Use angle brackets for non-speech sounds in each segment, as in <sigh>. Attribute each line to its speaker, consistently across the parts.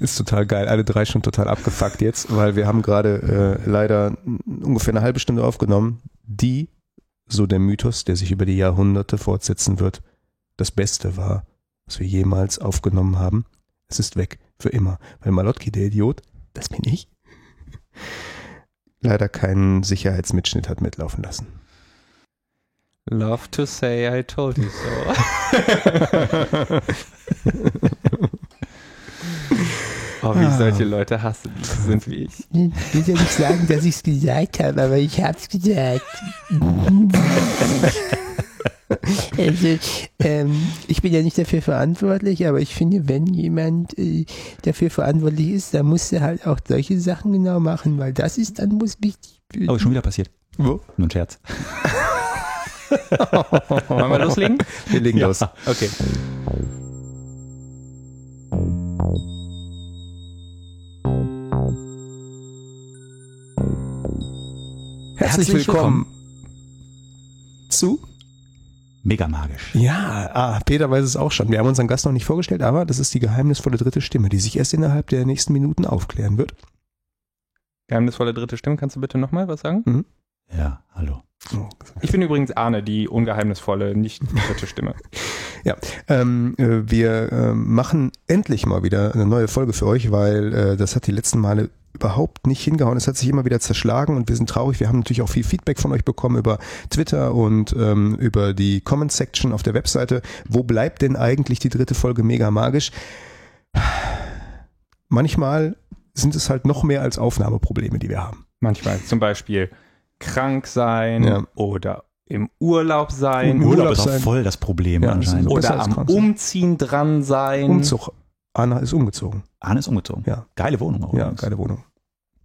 Speaker 1: ist total geil. Alle drei schon total abgefuckt jetzt, weil wir haben gerade äh, leider ungefähr eine halbe Stunde aufgenommen, die, so der Mythos, der sich über die Jahrhunderte fortsetzen wird, das Beste war, was wir jemals aufgenommen haben. Es ist weg, für immer. Weil Malotki, der Idiot, das bin ich, leider keinen Sicherheitsmitschnitt hat mitlaufen lassen.
Speaker 2: Love to say I told
Speaker 1: <laughs>
Speaker 2: you so. oh, wie ich
Speaker 1: Ah.
Speaker 2: solche Leute hasse, die so sind wie ich.
Speaker 3: Ich will ja nicht sagen, dass ich es gesagt habe, aber ich hab's gesagt. Also, ähm, ich bin ja nicht dafür verantwortlich, aber ich finde, wenn jemand äh, dafür verantwortlich ist, dann muss er halt auch solche Sachen genau machen, weil das ist dann muss wichtig.
Speaker 4: Oh, schon wieder passiert.
Speaker 1: Wo?
Speaker 4: Nur ein Scherz.
Speaker 2: Wollen wir loslegen?
Speaker 1: Wir legen los.
Speaker 2: Okay.
Speaker 1: Herzlich, willkommen, zu.
Speaker 4: Mega magisch.
Speaker 1: Ja, ah, Peter weiß es auch schon. Wir haben unseren Gast noch nicht vorgestellt, aber das ist die geheimnisvolle dritte Stimme, die sich erst innerhalb der nächsten Minuten aufklären wird.
Speaker 2: Geheimnisvolle dritte Stimme, kannst du bitte nochmal was sagen?
Speaker 4: Ja, hallo.
Speaker 2: Ich bin übrigens Arne, die ungeheimnisvolle, nicht dritte Stimme.
Speaker 1: Ähm, äh, wir ähm, machen endlich mal wieder eine neue Folge für euch, weil äh, das hat die letzten Male überhaupt nicht hingehauen. Es hat sich immer wieder zerschlagen und wir sind traurig. Wir haben natürlich auch viel Feedback von euch bekommen über Twitter und ähm, über die Comment Section auf der Webseite. Wo bleibt denn eigentlich die dritte Folge mega magisch? Manchmal sind es halt noch mehr als Aufnahmeprobleme, die wir haben.
Speaker 2: Manchmal. Zum Beispiel krank sein
Speaker 1: Ja.
Speaker 2: oder im Urlaub sein
Speaker 1: Im Urlaub
Speaker 4: Urlaub ist auch
Speaker 1: sein.
Speaker 4: voll das Problem
Speaker 1: Ja, das
Speaker 4: anscheinend.
Speaker 1: ist- besser
Speaker 2: oder
Speaker 1: als
Speaker 2: am
Speaker 1: krank sein.
Speaker 2: Umziehen dran sein.
Speaker 1: Umzug. Anna ist umgezogen.
Speaker 4: Arne ist umgezogen.
Speaker 1: Ja.
Speaker 4: Geile Wohnung. auch
Speaker 1: Ja,
Speaker 4: übrigens.
Speaker 1: geile Wohnung.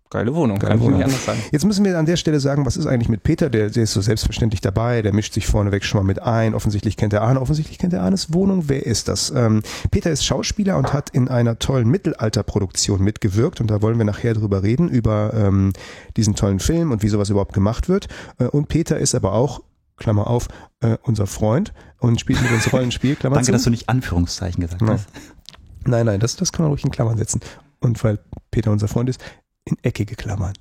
Speaker 2: Geile Wohnung,
Speaker 1: Geile
Speaker 2: kann ich
Speaker 1: Wohnung.
Speaker 2: nicht anders sagen.
Speaker 1: Jetzt müssen wir an der Stelle sagen, was ist eigentlich mit Peter? Der, der ist so selbstverständlich dabei, der mischt sich vorneweg schon mal mit ein. Offensichtlich kennt er Arne, offensichtlich kennt er Arnes Wohnung. Wer ist das? Ähm, Peter ist Schauspieler und hat in einer tollen Mittelalterproduktion mitgewirkt und da wollen wir nachher drüber reden, über ähm, diesen tollen Film und wie sowas überhaupt gemacht wird. Äh, und Peter ist aber auch, Klammer auf, äh, unser Freund und spielt mit uns Rollenspiel, Klammer
Speaker 4: Danke,
Speaker 1: zu.
Speaker 4: dass du nicht Anführungszeichen gesagt
Speaker 1: Nein.
Speaker 4: hast.
Speaker 1: Nein, nein, das, das kann man ruhig in Klammern setzen. Und weil Peter unser Freund ist, in eckige Klammern.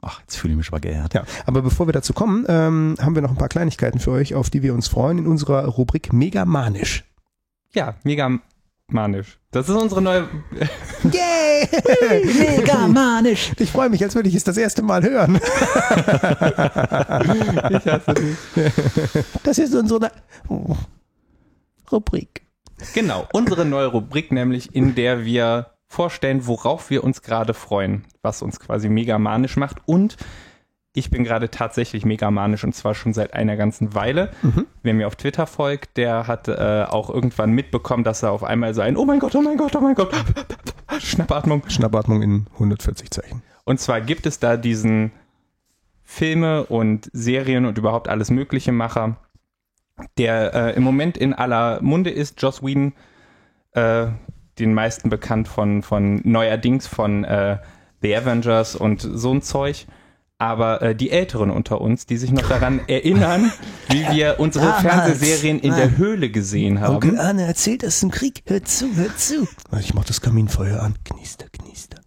Speaker 4: Ach, jetzt fühle ich mich aber geehrt.
Speaker 1: Ja, aber bevor wir dazu kommen, ähm, haben wir noch ein paar Kleinigkeiten für euch, auf die wir uns freuen in unserer Rubrik Megamanisch.
Speaker 2: Ja, mega manisch. Das ist unsere neue.
Speaker 1: Yay!
Speaker 4: Megamanisch.
Speaker 1: Ich freue mich, als würde ich es das erste Mal hören. <laughs>
Speaker 2: Ich hasse dich.
Speaker 3: Das ist unsere Na- oh. Rubrik.
Speaker 2: Genau, unsere neue Rubrik nämlich, in der wir vorstellen, worauf wir uns gerade freuen, was uns quasi mega manisch macht und ich bin gerade tatsächlich mega manisch und zwar schon seit einer ganzen Weile. Wer mir auf Twitter folgt, der hat äh, auch irgendwann mitbekommen, dass er auf einmal so ein Oh mein Gott, oh mein Gott, oh mein Gott, <laughs> Schnappatmung
Speaker 1: Schnappatmung in 140 Zeichen.
Speaker 2: und zwar gibt es da diesen Filme und Serien und überhaupt alles Mögliche Macher, der äh, im Moment in aller Munde ist, Joss Whedon, äh, den meisten bekannt von, von neuerdings von äh, The Avengers und so ein Zeug. Aber äh, die Älteren unter uns, die sich noch daran erinnern, wie wir unsere
Speaker 3: Damals.
Speaker 2: Fernsehserien in der Höhle gesehen haben.
Speaker 3: Onkel Arne erzählt aus dem Krieg. Hör zu, hör zu.
Speaker 1: Ich mach das Kaminfeuer an. Knister, knister.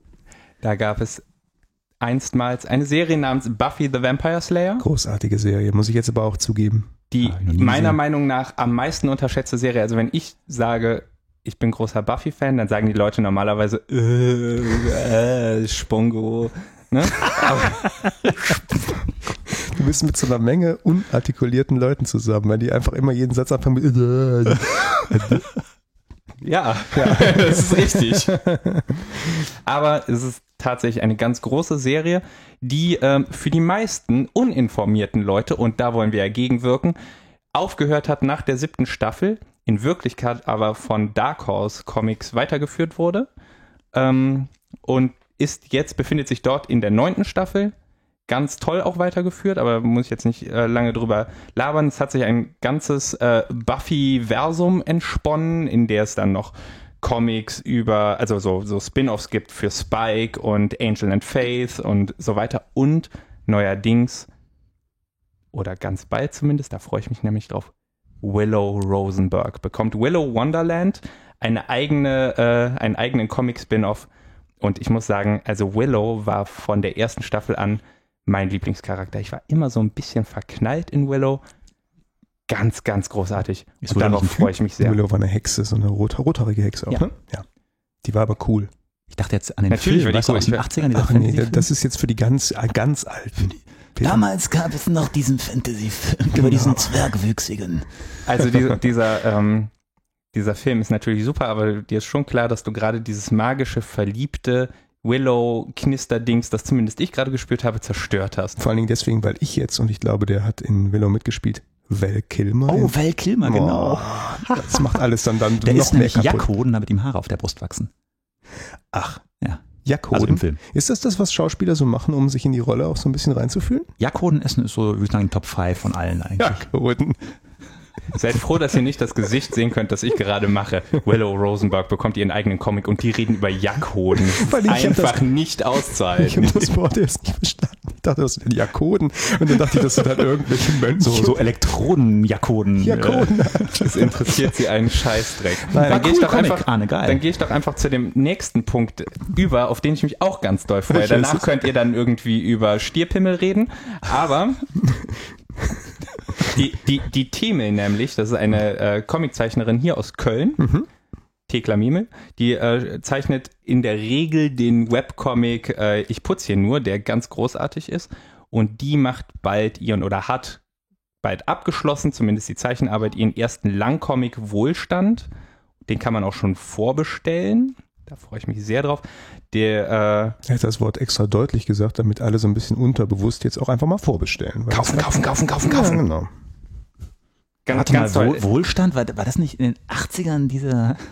Speaker 2: Da gab es einstmals eine Serie namens Buffy the Vampire Slayer.
Speaker 1: Großartige Serie, muss ich jetzt aber auch zugeben.
Speaker 2: die
Speaker 4: Ah, hab ich noch nie
Speaker 2: meiner
Speaker 4: gesehen.
Speaker 2: Meinung nach am meisten unterschätzte Serie. Also wenn ich sage, ich bin großer Buffy-Fan, dann sagen die Leute normalerweise äh, äh, Spongo. Ne?
Speaker 1: Du bist mit so einer Menge unartikulierten Leuten zusammen, weil die einfach immer jeden Satz anfangen mit. <laughs>
Speaker 2: Ja, ja, <laughs> das ist richtig. <laughs> Aber es ist tatsächlich eine ganz große Serie, die ähm, für die meisten uninformierten Leute, und da wollen wir ja gegenwirken, aufgehört hat nach der siebten Staffel, in Wirklichkeit aber von Dark Horse Comics weitergeführt wurde. Ähm, und ist jetzt, befindet sich dort in der neunten Staffel. Ganz toll auch weitergeführt, aber muss ich jetzt nicht äh, lange drüber labern. Es hat sich ein ganzes äh, Buffy-Versum entsponnen, in der es dann noch Comics über, also so, so Spin-offs gibt für Spike und Angel and Faith und so weiter. Und neuerdings, oder ganz bald zumindest, da freue ich mich nämlich drauf, Willow Rosenberg bekommt Willow Wonderland eine eigene, äh, einen eigenen Comic-Spin-Off. Und ich muss sagen, also Willow war von der ersten Staffel an mein Lieblingscharakter. Ich war immer so ein bisschen verknallt in Willow. Ganz, ganz großartig.
Speaker 4: Ist
Speaker 2: Und
Speaker 4: Willow
Speaker 2: darauf
Speaker 4: nicht ein
Speaker 2: freue ich mich sehr.
Speaker 1: Willow war eine Hexe, so eine rot, rothaarige Hexe auch,
Speaker 2: Ja.
Speaker 1: ne? Ja. Die war aber cool.
Speaker 4: Ich dachte jetzt an den
Speaker 2: Natürlich
Speaker 4: Film,
Speaker 2: würde ich
Speaker 4: weißt du,
Speaker 2: cool,
Speaker 4: aus
Speaker 2: ich wär-
Speaker 4: den 80ern, dieser
Speaker 1: Ach nee,
Speaker 4: Fantasy-Film.
Speaker 1: das ist jetzt für die ganz, äh, ganz alten.
Speaker 4: Damals gab es noch diesen Fantasy-Film
Speaker 1: Genau.
Speaker 4: über diesen Zwergwüchsigen.
Speaker 2: Also dieser, dieser, ähm, dieser Film ist natürlich super, aber dir ist schon klar, dass du gerade dieses magische, verliebte Willow-Knister-Dings, das zumindest ich gerade gespürt habe, zerstört hast.
Speaker 1: Vor allen Dingen deswegen, weil ich jetzt, und ich glaube, der hat in Willow mitgespielt, Val Kilmer.
Speaker 4: Oh,
Speaker 1: in-
Speaker 4: Val Kilmer, genau.
Speaker 1: Oh, das macht alles dann, dann
Speaker 4: <laughs> Der
Speaker 1: noch
Speaker 4: ist
Speaker 1: mehr
Speaker 4: nämlich
Speaker 1: kaputt.
Speaker 4: Jackhoden, damit ihm Haare auf der Brust wachsen.
Speaker 1: Ach,
Speaker 4: Ja,
Speaker 1: Jack
Speaker 4: also
Speaker 1: Hoden.
Speaker 4: im Film.
Speaker 1: ist das das, was Schauspieler so machen, um sich in die Rolle auch so ein bisschen reinzufühlen?
Speaker 4: Jackhoden essen ist so, würde ich sagen, Top 5 von allen eigentlich.
Speaker 1: Jack Hoden.
Speaker 2: Seid froh, dass ihr nicht das Gesicht sehen könnt, das ich gerade mache. Willow Rosenberg bekommt ihren eigenen Comic und die reden über Jackhoden. Das
Speaker 1: Weil
Speaker 2: ist
Speaker 1: ich hab
Speaker 2: einfach
Speaker 1: das-
Speaker 2: nicht
Speaker 1: Ich habe
Speaker 2: auszuhalten.
Speaker 4: <laughs>
Speaker 1: das Wort erst nicht verstanden. Ich dachte, das sind Jakoden. Und dann dachte ich, das sind halt irgendwelche Mönche.
Speaker 4: So, äh, so Elektroden-Jackhoden.
Speaker 1: Jakoden.
Speaker 2: Das interessiert sie einen Scheißdreck.
Speaker 4: war
Speaker 2: Dann gehe ich
Speaker 4: cool,
Speaker 2: doch
Speaker 4: Comic.
Speaker 2: einfach
Speaker 4: Arne, geil.
Speaker 2: Dann gehe ich doch einfach zu dem nächsten Punkt über, auf den ich mich auch ganz doll freue.
Speaker 1: Ich weiß
Speaker 2: Danach
Speaker 1: es.
Speaker 2: könnt ihr dann irgendwie über Stierpimmel reden.
Speaker 4: <laughs>
Speaker 2: Aber die, die, die Themel nämlich, das ist eine äh, Comiczeichnerin hier aus Köln.
Speaker 1: Mhm.
Speaker 2: Thekla Mimel, die äh, zeichnet in der Regel den Webcomic äh, Ich putz hier nur, der ganz großartig ist. Und die macht bald ihren oder hat bald abgeschlossen, zumindest die Zeichenarbeit, ihren ersten Langcomic Wohlstand. Den kann man auch schon vorbestellen. Da freue ich mich sehr drauf. Der äh,
Speaker 1: Er hat das Wort extra deutlich gesagt, damit alle so ein bisschen unterbewusst jetzt auch einfach mal vorbestellen.
Speaker 2: äh,
Speaker 1: Weil
Speaker 2: kaufen, kaufen, kaufen,
Speaker 1: das- Ja, genau.
Speaker 2: Ganz,
Speaker 4: Warte
Speaker 2: ganz
Speaker 4: mal,
Speaker 2: toll.
Speaker 4: Wohl, Wohlstand, war, war das nicht in den 80ern dieser... <laughs>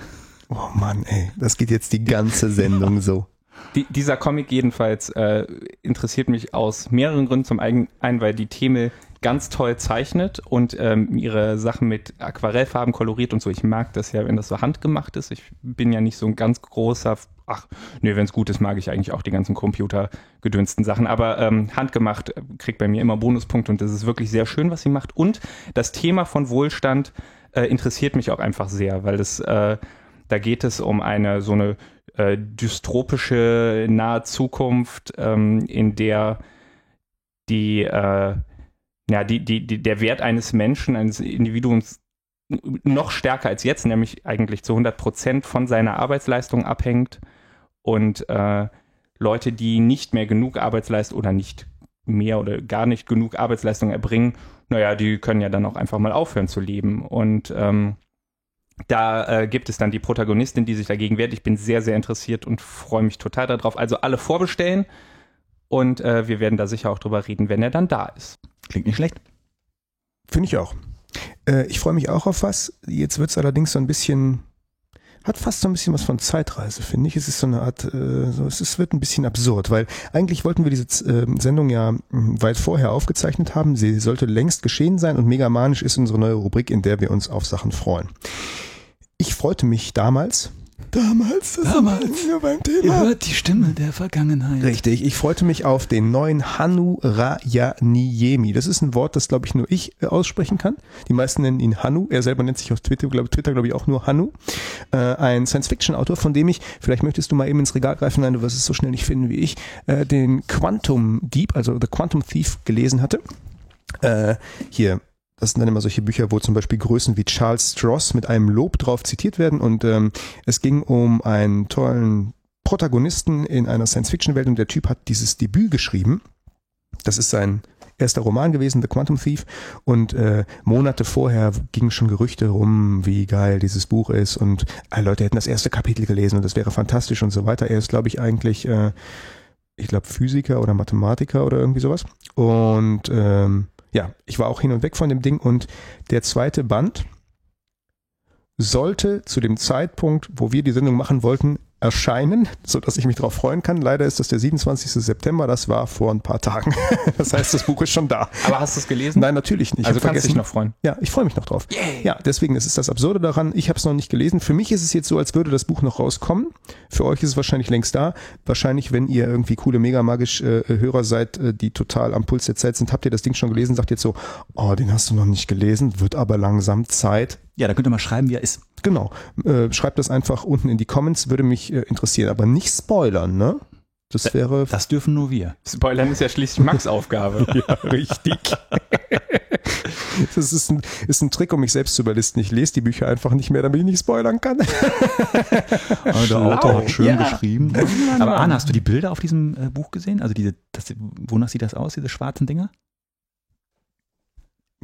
Speaker 1: Oh Mann, ey. Das geht jetzt die ganze Sendung so.
Speaker 2: Die, dieser Comic jedenfalls äh, interessiert mich aus mehreren Gründen. Zum einen, einen, weil die Themel ganz toll zeichnet und ähm, ihre Sachen mit Aquarellfarben koloriert und so. Ich mag das ja, wenn das so handgemacht ist. Ich bin ja nicht so ein ganz großer, ach, nee, wenn es gut ist, mag ich eigentlich auch die ganzen computergedünsten Sachen. Aber ähm, handgemacht äh, kriegt bei mir immer Bonuspunkte und das ist wirklich sehr schön, was sie macht. Und das Thema von Wohlstand äh, interessiert mich auch einfach sehr, weil es äh, da geht es um eine so eine äh, dystropische nahe Zukunft, ähm, in der die, äh, ja, die, die, die, der Wert eines Menschen, eines Individuums noch stärker als jetzt, nämlich eigentlich zu 100 Prozent von seiner Arbeitsleistung abhängt und äh, Leute, die nicht mehr genug Arbeitsleistung oder nicht mehr oder gar nicht genug Arbeitsleistung erbringen, naja, die können ja dann auch einfach mal aufhören zu leben und ähm, da äh, gibt es dann die Protagonistin, die sich dagegen wehrt. Ich bin sehr, sehr interessiert und freue mich total darauf. Also alle vorbestellen und äh, wir werden da sicher auch drüber reden, wenn er dann da ist.
Speaker 4: Klingt nicht schlecht.
Speaker 1: Finde ich auch. Äh, ich freue mich auch auf was. Jetzt wird es allerdings so ein bisschen, hat fast so ein bisschen was von Zeitreise, finde ich. Es ist so eine Art, äh, so, es ist, wird ein bisschen absurd, weil eigentlich wollten wir diese Z- äh, Sendung ja mh, weit vorher aufgezeichnet haben. Sie sollte längst geschehen sein und megamanisch ist unsere neue Rubrik, in der wir uns auf Sachen freuen. Ich freute mich damals. Damals, das
Speaker 4: Damals.
Speaker 1: nur beim Thema.
Speaker 4: hört die Stimme der Vergangenheit.
Speaker 1: Richtig, ich freute mich auf den neuen Hanurayaniemi. Das ist ein Wort, das glaube ich nur ich äh, aussprechen kann. Die meisten nennen ihn Hanu. Er selber nennt sich auf Twitter, glaube Twitter, glaube ich, auch nur Hanu. Äh, ein Science-Fiction-Autor, von dem ich, vielleicht möchtest du mal eben ins Regal greifen, nein, du wirst es so schnell nicht finden wie ich, äh, den Quantum Dieb, also The Quantum Thief gelesen hatte. Äh, hier. Das sind dann immer solche Bücher, wo zum Beispiel Größen wie Charles Stross mit einem Lob drauf zitiert werden. Und ähm, es ging um einen tollen Protagonisten in einer Science-Fiction-Welt und der Typ hat dieses Debüt geschrieben. Das ist sein erster Roman gewesen, The Quantum Thief. Und äh, Monate vorher gingen schon Gerüchte rum, wie geil dieses Buch ist und äh, Leute hätten das erste Kapitel gelesen und das wäre fantastisch und so weiter. Er ist, glaube ich, eigentlich, äh, ich glaube, Physiker oder Mathematiker oder irgendwie sowas. Und ähm, ja, ich war auch hin und weg von dem Ding und der zweite Band sollte zu dem Zeitpunkt, wo wir die Sendung machen wollten, erscheinen, <laughs> sodass ich mich darauf freuen kann. Leider ist das der 27. September, das war vor ein paar Tagen. <laughs> Das heißt, das Buch ist schon da.
Speaker 2: Aber hast du es gelesen?
Speaker 1: Nein, natürlich nicht. Ich
Speaker 2: also
Speaker 1: hab
Speaker 2: kannst du dich noch freuen.
Speaker 1: ja, ich freue mich noch drauf. Ja, deswegen, das ist das Absurde daran. Ich habe es noch nicht gelesen. Für mich ist es jetzt so, als würde das Buch noch rauskommen. Für euch ist es wahrscheinlich längst da. Wahrscheinlich, wenn ihr irgendwie coole, mega magisch äh, Hörer seid, äh, die total am Puls der Zeit sind, habt ihr das Ding schon gelesen, sagt jetzt so, oh, den hast du noch nicht gelesen, wird aber langsam Zeit.
Speaker 4: Ja, da könnt ihr mal schreiben, wie er ist.
Speaker 1: Genau. Äh, schreibt das einfach unten in die Comments, würde mich äh, interessieren. Aber nicht spoilern, ne? Das wäre
Speaker 4: Das dürfen nur wir.
Speaker 2: Spoilern ist ja schließlich Max Aufgabe.
Speaker 1: <laughs> ja, richtig. <laughs> Das ist ein, ist ein Trick, um mich selbst zu überlisten. Ich lese die Bücher einfach nicht mehr, damit ich nicht spoilern
Speaker 4: <laughs>
Speaker 1: kann.
Speaker 4: Aber Ah, der Autor hat schön
Speaker 3: Ja.
Speaker 4: geschrieben. Aber Anna, hast du die Bilder auf diesem äh, Buch gesehen? Also diese, das, wonach sieht das aus, diese schwarzen Dinger?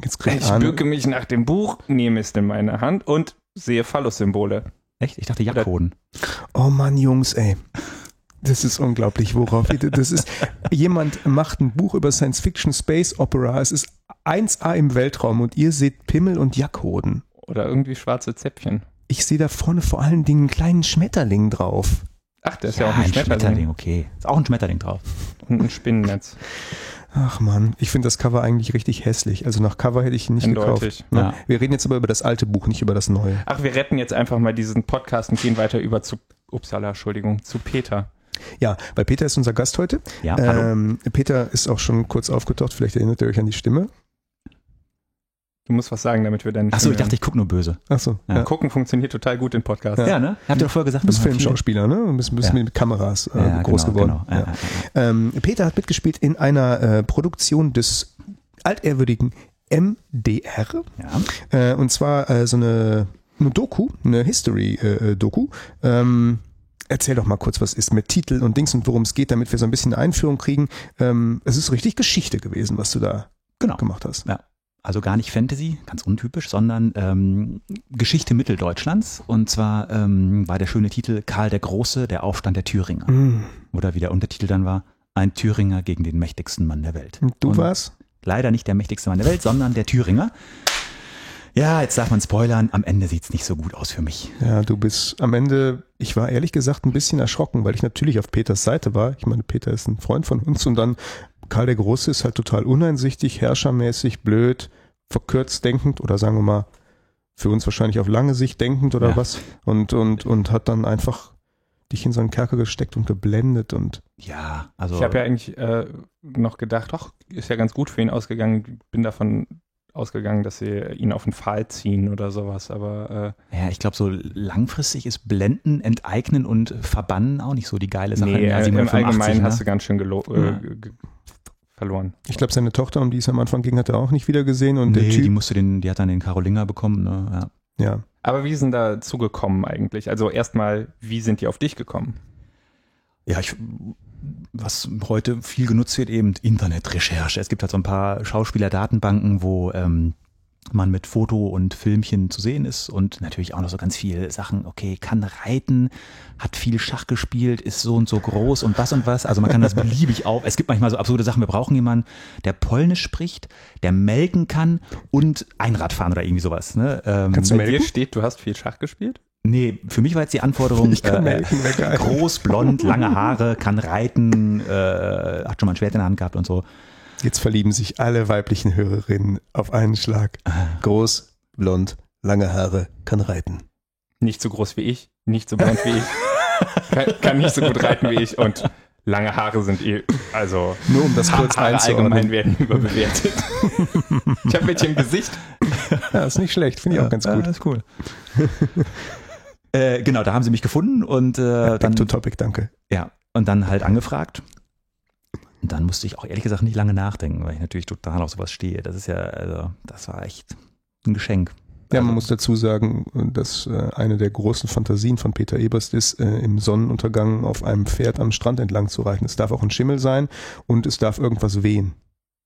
Speaker 1: Jetzt kriegt
Speaker 2: Ich
Speaker 1: Arne-
Speaker 2: bücke mich nach dem Buch, nehme es in meine Hand und sehe Phallus-Symbole.
Speaker 4: Echt? Ich dachte Jagdhoden.
Speaker 1: Oh Mann, Jungs, ey. Das ist unglaublich, worauf ihr- das ist. Jemand macht ein Buch über Science Fiction Space Opera. Es ist 1A im Weltraum und ihr seht Pimmel und Jackhoden.
Speaker 2: Oder irgendwie schwarze Zäpfchen.
Speaker 1: Ich sehe da vorne vor allen Dingen einen kleinen Schmetterling drauf.
Speaker 2: Ach, da ist ja, auch ein Schmetterling.
Speaker 4: okay. Ist auch ein Schmetterling drauf.
Speaker 2: Und ein Spinnennetz.
Speaker 1: Ach man, ich finde das Cover eigentlich richtig hässlich. Also nach Cover hätte ich ihn nicht
Speaker 2: Eindeutig.
Speaker 1: gekauft. Ne?
Speaker 4: Ja.
Speaker 1: Wir reden jetzt aber über das alte Buch, nicht über das neue.
Speaker 2: Ach, wir retten jetzt einfach mal diesen Podcast und gehen weiter über zu Upsala, Entschuldigung, zu Peter.
Speaker 1: Ja, weil Peter ist unser Gast heute.
Speaker 4: Ja, hallo.
Speaker 1: Ähm, Peter ist auch schon kurz aufgetaucht. Vielleicht erinnert ihr euch an die Stimme.
Speaker 2: Du musst was sagen, damit wir dann. äh,
Speaker 4: Achso, ich dachte, ich gucke nur böse.
Speaker 1: Ach so.
Speaker 4: Ja,
Speaker 1: ja.
Speaker 2: Gucken funktioniert total gut im Podcast.
Speaker 1: Ja.
Speaker 4: ne? Habt ihr doch vorher gesagt,
Speaker 1: Du bist
Speaker 4: wir machen viele-
Speaker 1: Filmschauspieler, ne? Du bist, bist
Speaker 4: Ja.
Speaker 1: mit Kameras äh,
Speaker 4: Ja,
Speaker 1: groß
Speaker 4: genau,
Speaker 1: geworden.
Speaker 4: Genau. Ja,
Speaker 1: Ja.
Speaker 4: ja, ja.
Speaker 1: Ähm, Peter hat mitgespielt in einer äh, Produktion des altehrwürdigen MDR.
Speaker 4: Ja.
Speaker 1: Äh, und zwar äh, so eine, eine Doku, eine History-Doku. ähm, erzähl doch mal kurz, was ist mit Titel und Dings und worum es geht, damit wir so ein bisschen eine Einführung kriegen. Ähm, es ist richtig Geschichte gewesen, was du da
Speaker 4: Genau.
Speaker 1: gemacht hast.
Speaker 4: also gar nicht Fantasy, ganz untypisch, sondern ähm, Geschichte Mitteldeutschlands. Und zwar ähm, war der schöne Titel Karl der Große, der Aufstand der Thüringer.
Speaker 2: Mhm.
Speaker 4: Oder wie der Untertitel dann war, ein Thüringer gegen den mächtigsten Mann der Welt.
Speaker 2: Mhm.
Speaker 1: Und du
Speaker 4: Und
Speaker 1: warst?
Speaker 4: Leider nicht der mächtigste Mann der Welt, sondern der Thüringer. Ja, jetzt darf man spoilern, am Ende sieht's nicht so gut aus für mich.
Speaker 1: Ja, du bist am Ende, ich war ehrlich gesagt ein bisschen erschrocken, weil ich natürlich auf Peters Seite war. Ich meine, Peter ist ein Freund von uns und dann Karl der Große ist halt total uneinsichtig, herrschermäßig, blöd, verkürzt denkend oder sagen wir mal für uns wahrscheinlich auf lange Sicht denkend oder
Speaker 4: Ja.
Speaker 1: was und, und, und hat dann einfach dich in so einen Kerker gesteckt und geblendet und
Speaker 4: Ja, also
Speaker 2: Ich habe ja eigentlich äh, noch gedacht, ach, ist ja ganz gut für ihn ausgegangen. Bin davon ausgegangen, dass sie ihn auf den Pfahl ziehen oder sowas, aber äh,
Speaker 4: Ja, ich glaube, so langfristig ist Blenden, Enteignen und Verbannen auch nicht so die geile
Speaker 2: äh,
Speaker 4: Sache.
Speaker 2: nee,
Speaker 4: im Jahr
Speaker 2: äh, im
Speaker 4: 785,
Speaker 2: Allgemeinen
Speaker 4: ne?
Speaker 2: hast du ganz schön gelo
Speaker 4: Ja.
Speaker 2: äh, ge- ge- verloren.
Speaker 1: ich glaube, seine Tochter, um die es am Anfang ging, hat er auch nicht wieder gesehen und der
Speaker 4: nee, die
Speaker 1: Typ,
Speaker 4: musste den, die hat dann den Karolinger bekommen. Ne? Ja.
Speaker 1: ja.
Speaker 2: Aber wie sind da zugekommen eigentlich? Also erstmal, wie sind die auf dich gekommen?
Speaker 4: Ja, ich, was heute viel genutzt wird, eben Internetrecherche. Es gibt halt so ein paar Schauspielerdatenbanken, wo ähm, man mit Foto und Filmchen zu sehen ist und natürlich auch noch so ganz viel Sachen, okay, kann reiten, hat viel Schach gespielt, ist so und so groß und was und was. Also man kann das beliebig auf. Es gibt manchmal so absurde Sachen, wir brauchen jemanden, der Polnisch spricht, der melken kann und Einrad fahren oder irgendwie sowas. Ne? Ähm,
Speaker 1: Kannst du
Speaker 2: Bei dir
Speaker 1: melden?
Speaker 2: steht, du hast viel Schach gespielt?
Speaker 4: nee, für mich war jetzt die Anforderung,
Speaker 1: Ich kann
Speaker 4: äh,
Speaker 1: melken, wäre geil. <laughs>
Speaker 4: groß, blond, lange Haare, kann reiten, äh, hat schon mal ein Schwert in der Hand gehabt und so.
Speaker 1: Jetzt verlieben sich alle weiblichen Hörerinnen auf einen Schlag. Groß, blond, lange Haare, kann reiten.
Speaker 2: Nicht so groß wie ich, nicht so blond wie ich, kann, kann nicht so gut reiten wie ich und lange Haare sind eh, also
Speaker 1: Nur um
Speaker 4: <laughs>
Speaker 1: das kurz
Speaker 2: Haare allgemein
Speaker 1: einzuordnen.
Speaker 2: werden <laughs> überbewertet. ich habe welche im Gesicht.
Speaker 1: Ja, ist nicht schlecht, finde ich auch ganz
Speaker 4: Ja,
Speaker 1: gut.
Speaker 4: Das ist cool. <laughs> äh, genau, da haben sie mich gefunden und äh,
Speaker 1: Back
Speaker 4: dann
Speaker 1: to topic, danke.
Speaker 4: Ja, und dann halt angefragt. Und dann musste ich auch ehrlich gesagt nicht lange nachdenken, weil ich natürlich total auf sowas stehe. Das ist ja, also, das war echt ein Geschenk.
Speaker 1: Ja, man
Speaker 4: Also-
Speaker 1: muss dazu sagen, dass äh, eine der großen Fantasien von Peter Eberst ist, äh, im Sonnenuntergang auf einem Pferd am Strand entlang zu reiten. Es darf auch ein Schimmel sein und es darf irgendwas wehen.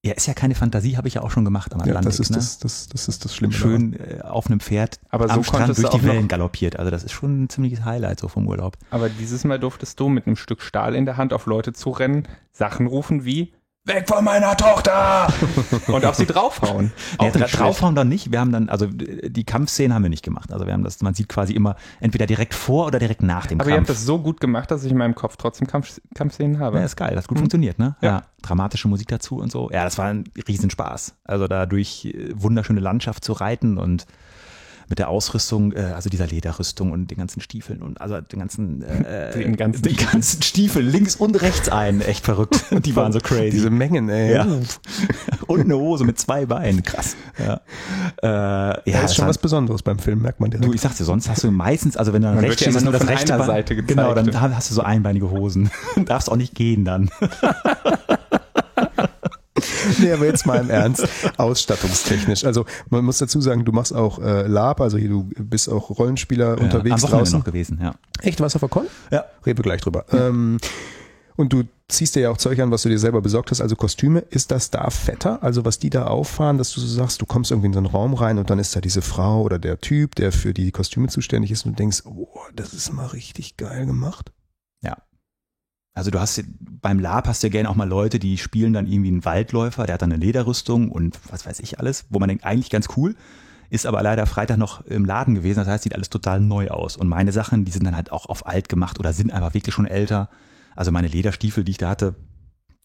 Speaker 4: Ja, ist ja keine Fantasie, habe ich ja auch schon gemacht am
Speaker 1: Ja,
Speaker 4: Atlantik.
Speaker 1: das ist
Speaker 4: ne?
Speaker 1: das, das, das ist das Schlimme. daran.
Speaker 4: Schön äh, auf einem Pferd
Speaker 2: Aber so
Speaker 4: am Strand
Speaker 2: konntest
Speaker 4: durch
Speaker 2: du auch
Speaker 4: die Wellen
Speaker 2: noch,
Speaker 4: galoppiert. Also das ist schon ein ziemliches Highlight so vom Urlaub.
Speaker 2: Aber dieses Mal durftest du mit einem Stück Stahl in der Hand auf Leute zurennen, Sachen rufen wie Weg von meiner Tochter! und auf sie draufhauen.
Speaker 4: Nee, dra
Speaker 2: nicht schlecht.
Speaker 4: draufhauen dann nicht. Wir haben dann, also äh, die Kampfszenen haben wir nicht gemacht. Also wir haben das, man sieht quasi immer entweder direkt vor oder direkt nach dem
Speaker 2: Aber ihr
Speaker 4: Kampf.
Speaker 2: habt das so gut gemacht, dass ich in meinem Kopf trotzdem Kampf, Kampfszenen habe.
Speaker 4: Ja, ist geil, das hat gut funktioniert, ne?
Speaker 2: Mhm. Ja.
Speaker 4: Ja. Dramatische Musik dazu und so. Ja, das war ein Riesenspaß. Also da durch äh, wunderschöne Landschaft zu reiten und mit der Ausrüstung, äh, also dieser Lederrüstung und den ganzen Stiefeln und also den ganzen, äh,
Speaker 2: Den ganzen
Speaker 4: den
Speaker 2: <laughs>
Speaker 4: ganzen Stiefel links und rechts ein. Echt verrückt. Die waren so crazy.
Speaker 1: Diese Mengen, ey.
Speaker 4: Ja. <laughs> und eine Hose mit zwei Beinen. Krass. Ja, äh, ja halt
Speaker 1: Ja, ist
Speaker 4: das
Speaker 1: schon
Speaker 4: hat-
Speaker 1: was Besonderes beim Film, merkt man
Speaker 4: Du,
Speaker 1: direkt.
Speaker 4: ich sag's dir, sonst hast du meistens, also wenn du dann
Speaker 2: Man
Speaker 4: rechts
Speaker 2: wird ja
Speaker 4: stehst,
Speaker 2: immer
Speaker 4: ist
Speaker 2: nur von
Speaker 4: rechte
Speaker 2: einer
Speaker 4: Bein-
Speaker 2: Seite gezeigt.
Speaker 4: Genau, dann da hast du so einbeinige Hosen. <laughs> Darfst auch nicht gehen dann.
Speaker 1: Nee, aber jetzt mal im Ernst, ausstattungstechnisch. Also man muss dazu sagen, du machst auch äh, Lab, also hier, du bist auch Rollenspieler unterwegs
Speaker 4: Am Wochenende
Speaker 1: draußen.
Speaker 4: noch gewesen, ja.
Speaker 1: Echt, was auf der Con?
Speaker 4: Ja.
Speaker 1: Reden wir gleich drüber. Ähm, und du ziehst dir ja auch Zeug an, was du dir selber besorgt hast, also Kostüme. Ist das da fetter? Also was die da auffahren, dass du so sagst, du kommst irgendwie in so einen Raum rein und dann ist da diese Frau oder der Typ, der für die Kostüme zuständig ist und du denkst, oh, das ist mal richtig geil gemacht.
Speaker 4: Also du hast ja- beim Lab hast du ja gerne auch mal Leute, die spielen dann irgendwie einen Waldläufer, der hat dann eine Lederrüstung und was weiß ich alles, wo man denkt, eigentlich ganz cool, ist aber leider Freitag noch im Laden gewesen, das heißt, sieht alles total neu aus. Und meine Sachen, die sind dann halt auch auf alt gemacht oder sind einfach wirklich schon älter. Also meine Lederstiefel, die ich da hatte,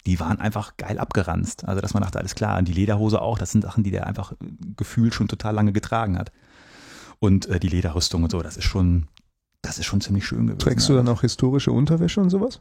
Speaker 4: die waren einfach geil abgeranzt. Also dass man dachte, alles klar, und die Lederhose auch, das sind Sachen, die der einfach äh, gefühlt schon total lange getragen hat. Und äh, die Lederrüstung und so, das ist schon, das ist schon ziemlich schön gewesen.
Speaker 1: Trägst du dann auch historische Unterwäsche und sowas?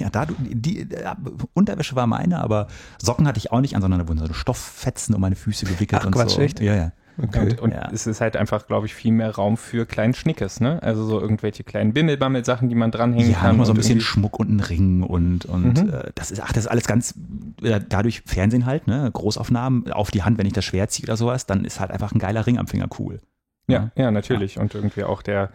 Speaker 4: Ja, da du, die, die äh, Unterwäsche war meine, aber Socken hatte ich auch nicht an, sondern da wurden so Stofffetzen um meine Füße gewickelt
Speaker 1: Ach,
Speaker 4: und
Speaker 1: Quatsch,
Speaker 4: so.
Speaker 1: echt?
Speaker 4: Ja, ja.
Speaker 1: Okay.
Speaker 2: Und, und
Speaker 4: Ja.
Speaker 2: es ist halt einfach, glaube ich, viel mehr Raum für kleinen Schnickes, ne? Also so irgendwelche kleinen Bimmelbammel-Sachen, die man dranhängen
Speaker 1: Mhm.
Speaker 4: Ja,
Speaker 2: kann.
Speaker 4: nochmal so ein
Speaker 2: und
Speaker 4: bisschen
Speaker 2: irgendwie-
Speaker 4: Schmuck und einen Ring und, und
Speaker 2: Mhm.
Speaker 4: äh, das ist, ach, das ist alles ganz, äh, dadurch Fernsehen halt, ne? Großaufnahmen auf die Hand, wenn ich das Schwert ziehe oder sowas, dann ist halt einfach ein geiler Ring am Finger cool.
Speaker 2: Ja,
Speaker 4: Ne?
Speaker 2: ja, natürlich. Und irgendwie auch der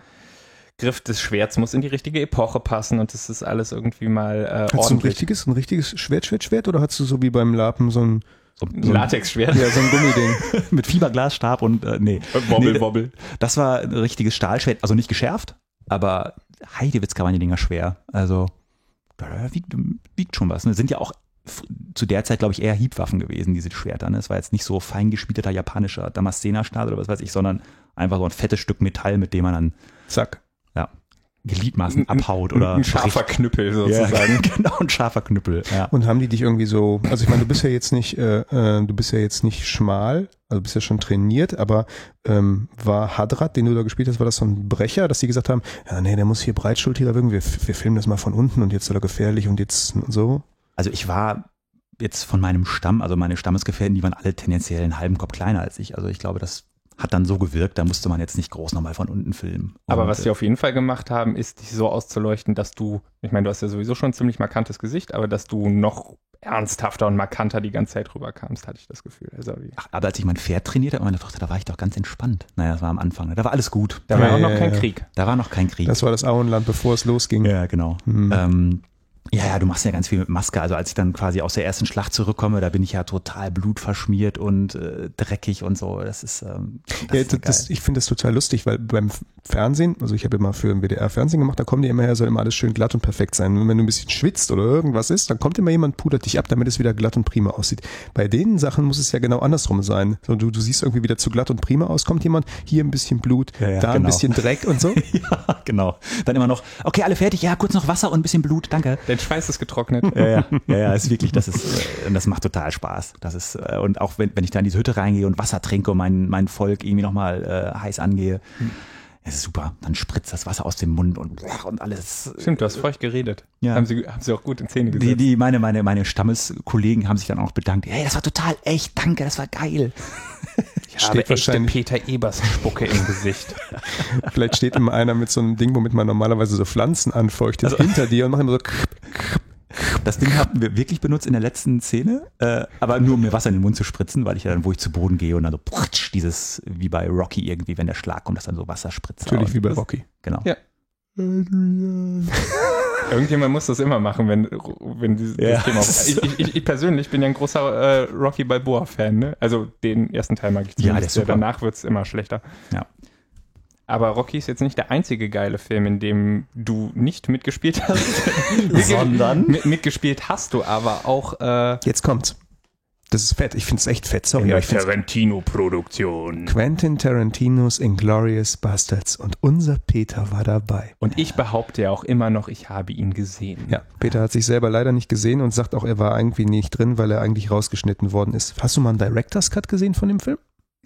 Speaker 2: Griff des Schwerts muss in die richtige Epoche passen und das ist alles irgendwie mal äh,
Speaker 1: Hast du ein
Speaker 2: ordentlich.
Speaker 1: richtiges, ein richtiges Schwert, Schwert, Schwert oder hast du so wie beim Lapen so ein,
Speaker 4: So,
Speaker 2: Ein
Speaker 4: so ein-
Speaker 2: Latexschwert.
Speaker 1: ja, so ein
Speaker 2: <laughs>
Speaker 1: Gummiding?
Speaker 4: <laughs> mit Fiberglasstab und äh, nee.
Speaker 2: Wobbel,
Speaker 4: Nee,
Speaker 2: wobbel.
Speaker 4: Das war ein richtiges Stahlschwert, also nicht geschärft, aber Heidewitzka waren die Dinger schwer. Also da wiegt, wiegt schon was. Ne? Sind ja auch f- zu der Zeit, glaube ich, eher Hiebwaffen gewesen, diese Schwerter. Ne? Es war jetzt nicht so fein gespielter japanischer Damaszenerstahl oder was weiß ich, sondern einfach so ein fettes Stück Metall, mit dem man dann
Speaker 1: Zack.
Speaker 4: Gliedmaßen
Speaker 2: Ein-
Speaker 4: abhaut
Speaker 2: Ein,
Speaker 4: oder
Speaker 2: ein scharfer
Speaker 4: bricht.
Speaker 2: Knüppel
Speaker 4: ja,
Speaker 2: sozusagen.
Speaker 4: <laughs> genau, ein scharfer Knüppel. Ja.
Speaker 1: Und haben die dich irgendwie so, also ich meine, du bist ja jetzt nicht, äh, äh, du bist ja jetzt nicht schmal, also bist ja schon trainiert, aber ähm, war Hadrat, den du da gespielt hast, war das so ein Brecher, dass die gesagt haben, ja nee, der muss hier breitschultiger wirken, wir, wir filmen das mal von unten und jetzt soll er gefährlich und jetzt so.
Speaker 4: Also ich war jetzt von meinem Stamm, also meine Stammesgefährten, die waren alle tendenziell einen halben Kopf kleiner als ich. Also ich glaube, das hat dann so gewirkt, da musste man jetzt nicht groß nochmal von unten filmen.
Speaker 2: Aber
Speaker 4: Und,
Speaker 2: was
Speaker 4: äh,
Speaker 2: sie auf jeden Fall gemacht haben, ist, dich so auszuleuchten, dass du, ich meine, du hast ja sowieso schon ein ziemlich markantes Gesicht, aber dass du noch ernsthafter und markanter die ganze Zeit rüberkamst, hatte ich das Gefühl. Also, wie-
Speaker 4: Ach, aber als ich mein Pferd trainiert habe, meine Tochter, da war ich doch ganz entspannt. Naja, das war am Anfang. ne? Da war alles gut.
Speaker 2: da war
Speaker 1: Ja,
Speaker 2: auch noch
Speaker 1: ja,
Speaker 2: kein
Speaker 1: ja.
Speaker 2: Krieg.
Speaker 4: Da war noch kein Krieg.
Speaker 1: Das war das Auenland, bevor es losging.
Speaker 4: ja, genau.
Speaker 2: Mhm.
Speaker 1: Hm.
Speaker 4: Ähm, ja, ja, du machst ja ganz viel mit Maske. Also als ich dann quasi aus der ersten Schlacht zurückkomme, da bin ich ja total blutverschmiert und äh, dreckig und so. Das ist, ähm, das
Speaker 1: ja,
Speaker 4: ist
Speaker 1: das,
Speaker 4: ja
Speaker 1: das,
Speaker 4: geil. <laughs>
Speaker 1: ich finde das total lustig, weil beim Fernsehen, also ich habe immer für den WDR Fernsehen gemacht, da kommen die immer her, soll immer alles schön glatt und perfekt sein. Und wenn du ein bisschen schwitzt oder irgendwas ist, dann kommt immer jemand, pudert dich ab, damit es wieder glatt und prima aussieht. Bei den Sachen muss es ja genau andersrum sein. So, du, du siehst irgendwie wieder zu glatt und prima aus, kommt jemand, hier ein bisschen Blut,
Speaker 4: Ja, ja,
Speaker 1: da ein
Speaker 4: genau.
Speaker 1: bisschen Dreck und
Speaker 4: <laughs>
Speaker 1: so.
Speaker 4: ja, genau. Dann immer noch, okay, alle fertig. Ja, kurz noch Wasser und ein bisschen Blut. Danke.
Speaker 2: Dein Schweiß ist getrocknet.
Speaker 4: Ja, ja, ja, ja, ist wirklich, das ist, äh, und das macht total Spaß. Das ist, äh, und auch wenn, wenn ich da in diese Hütte reingehe und Wasser trinke und mein, mein Volk irgendwie nochmal äh, heiß angehe,
Speaker 1: Hm.
Speaker 4: es ist super. Dann spritzt das Wasser aus dem Mund und, und alles.
Speaker 2: Stimmt, du hast feucht geredet.
Speaker 4: Ja.
Speaker 2: Haben, sie, haben sie auch gut in Szene
Speaker 4: Die,
Speaker 2: gesetzt.
Speaker 4: die, meine, meine, meine Stammeskollegen haben sich dann auch bedankt. Hey, das war total echt, danke, das war geil.
Speaker 2: ich habe
Speaker 1: steht wahrscheinlich-
Speaker 2: Peter Ebers Spucke im Gesicht. <laughs>
Speaker 1: Vielleicht steht immer einer mit so einem Ding, womit man normalerweise so Pflanzen anfeuchtet,
Speaker 4: Also-
Speaker 1: hinter dir und macht
Speaker 4: <laughs>
Speaker 1: immer so
Speaker 4: Das Ding haben wir wirklich benutzt in der letzten Szene, äh, aber nur um mir Wasser in den Mund zu spritzen, weil ich ja dann, wo ich zu Boden gehe und dann so pratsch, dieses, wie bei Rocky irgendwie, wenn der Schlag kommt, dass dann so Wasser spritzt.
Speaker 1: natürlich
Speaker 4: Und-
Speaker 1: wie bei Rocky.
Speaker 4: Genau.
Speaker 2: Ja.
Speaker 3: Äh,
Speaker 2: Irgendjemand muss das immer machen, wenn, wenn dieses
Speaker 4: Ja.
Speaker 2: das Thema auf. Ich,
Speaker 4: <laughs>
Speaker 2: ich, ich persönlich bin ja ein großer äh, Rocky Balboa-Fan, ne? Also den ersten Teil mag ich
Speaker 4: Ja, der
Speaker 2: zumindest.
Speaker 4: ist
Speaker 2: sehr.
Speaker 4: super.
Speaker 2: Danach wird es immer schlechter.
Speaker 4: Ja.
Speaker 2: Aber Rocky ist jetzt nicht der einzige geile Film, in dem du nicht mitgespielt
Speaker 4: <laughs>
Speaker 2: hast. <laughs>
Speaker 4: Sondern?
Speaker 2: Mit, mitgespielt hast du aber auch äh,
Speaker 1: Jetzt kommt's. Das ist fett. Ich finde es echt fett.
Speaker 4: Genau,
Speaker 1: Sorry, aber ich finde
Speaker 5: Tarantino-Produktion.
Speaker 1: Quentin Tarantinos Inglorious Bastards und unser Peter war dabei.
Speaker 2: und ich behaupte ja auch immer noch, ich habe ihn gesehen.
Speaker 1: Ja, Peter hat sich selber leider nicht gesehen und sagt auch, er war irgendwie nicht drin, weil er eigentlich rausgeschnitten worden ist. Hast du mal einen Director's Cut gesehen von dem Film?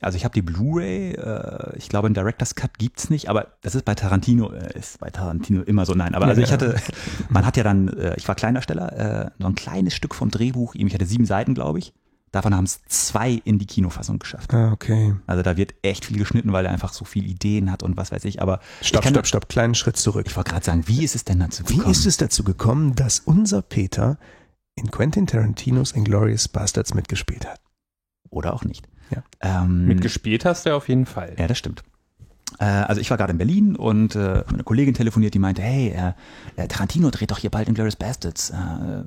Speaker 4: Also ich habe die Blu-ray, äh, ich glaube, einen Director's Cut gibt's nicht, aber das ist bei Tarantino, äh, ist bei Tarantino immer so, nein, aber also ich hatte, <laughs> man hat ja dann, äh, ich war Kleindarsteller, äh, so ein kleines Stück vom Drehbuch, ich hatte sieben Seiten, glaube ich, Davon haben es zwei in die Kinofassung geschafft.
Speaker 1: Ah, okay.
Speaker 4: Also da wird echt viel geschnitten, weil er einfach so viel Ideen hat und was weiß ich. Aber
Speaker 1: Stopp,
Speaker 4: ich kann-
Speaker 1: stopp, stopp. Kleinen Schritt zurück.
Speaker 4: Ich wollte gerade sagen, wie ist es denn dazu
Speaker 1: Wie
Speaker 4: gekommen?
Speaker 1: ist es dazu gekommen, dass unser Peter in Quentin Tarantinos Inglourious Bastards mitgespielt hat?
Speaker 4: Oder auch nicht.
Speaker 1: Ja.
Speaker 4: Ähm,
Speaker 2: Mitgespielt hast du auf jeden Fall.
Speaker 4: Ja, das stimmt. Äh, Also ich war gerade in Berlin und äh, hab mit einer Kollegin telefoniert, die meinte, hey, äh, äh, Tarantino dreht doch hier bald in Glorious Bastards. Äh,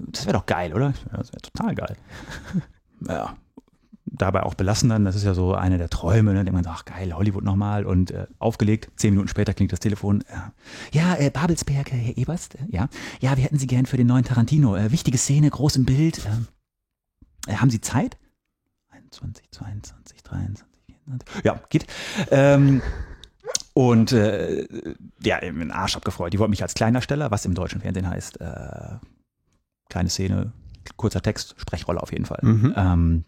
Speaker 4: das wäre doch geil, oder? Ich so, Ja, das wäre total geil. <laughs> ja. Dabei auch belassen dann, das ist ja so eine der Träume, ne? Denkt man so, ach geil, Hollywood nochmal und äh, aufgelegt, zehn Minuten später klingt das Telefon. Äh, ja, äh, Babelsberg, äh, Herr Eberst, äh, ja. Ja, wir hätten Sie gern für den neuen Tarantino. Äh, wichtige Szene, groß im Bild. Äh, äh, haben Sie Zeit? 21, 22, 23, 24. Ja, geht. Ähm, und äh, ja, im Arsch abgefreut. Die wollten mich als Kleindarsteller, was im deutschen Fernsehen heißt, äh, kleine Szene, kurzer Text, Sprechrolle auf jeden Fall.
Speaker 1: Mhm.
Speaker 4: Ähm,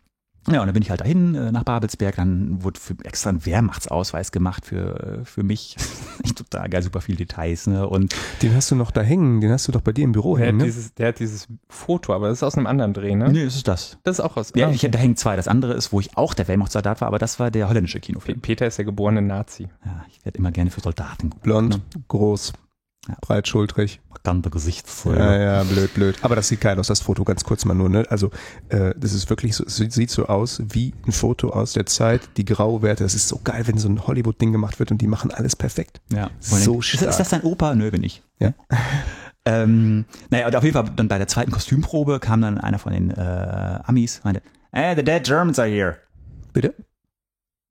Speaker 4: ja, und dann bin ich halt dahin äh, nach Babelsberg, dann wurde für extra ein Wehrmachtsausweis gemacht für, äh, für mich. <laughs> Echt total geil, super viel Details, ne? Und
Speaker 1: Den hast du noch da hängen, den hast du doch bei dir im
Speaker 4: Oh,
Speaker 1: Büro
Speaker 2: Der,
Speaker 1: hängen,
Speaker 2: hat
Speaker 1: ne?
Speaker 2: dieses, der hat dieses Foto, aber das ist aus einem anderen Dreh, ne?
Speaker 4: nee, es ist das.
Speaker 2: Das ist auch aus.
Speaker 4: Ja,
Speaker 2: Ah,
Speaker 4: ich, da hängen zwei. Das andere ist, wo ich auch der Wehrmachtssoldat war, aber das war der holländische
Speaker 2: P-
Speaker 4: Kinofilm.
Speaker 2: Peter ist der geborene Nazi.
Speaker 4: Ja, ich werde immer gerne für Soldaten gebucht.
Speaker 1: Blond, groß,
Speaker 4: genau. Ja.
Speaker 1: breitschultrig.
Speaker 4: Markante Gesichtszüge.
Speaker 1: Ja, ja, blöd, blöd. Aber das sieht geil aus, das Foto, ganz kurz mal nur, ne? Also, äh, das ist wirklich so, es sieht, sieht so aus wie ein Foto aus der Zeit, die Grauwerte. Das ist so geil, wenn so ein Hollywood-Ding gemacht wird und die machen alles perfekt.
Speaker 4: Ja.
Speaker 1: So
Speaker 4: ist,
Speaker 1: stark.
Speaker 4: ist das dein Opa? Nö, bin ich.
Speaker 1: Ja.
Speaker 4: <laughs> Ähm, naja, und auf jeden Fall dann bei der zweiten Kostümprobe kam dann einer von den äh, Amis, meinte, hey, the dead Germans are here.
Speaker 1: Bitte?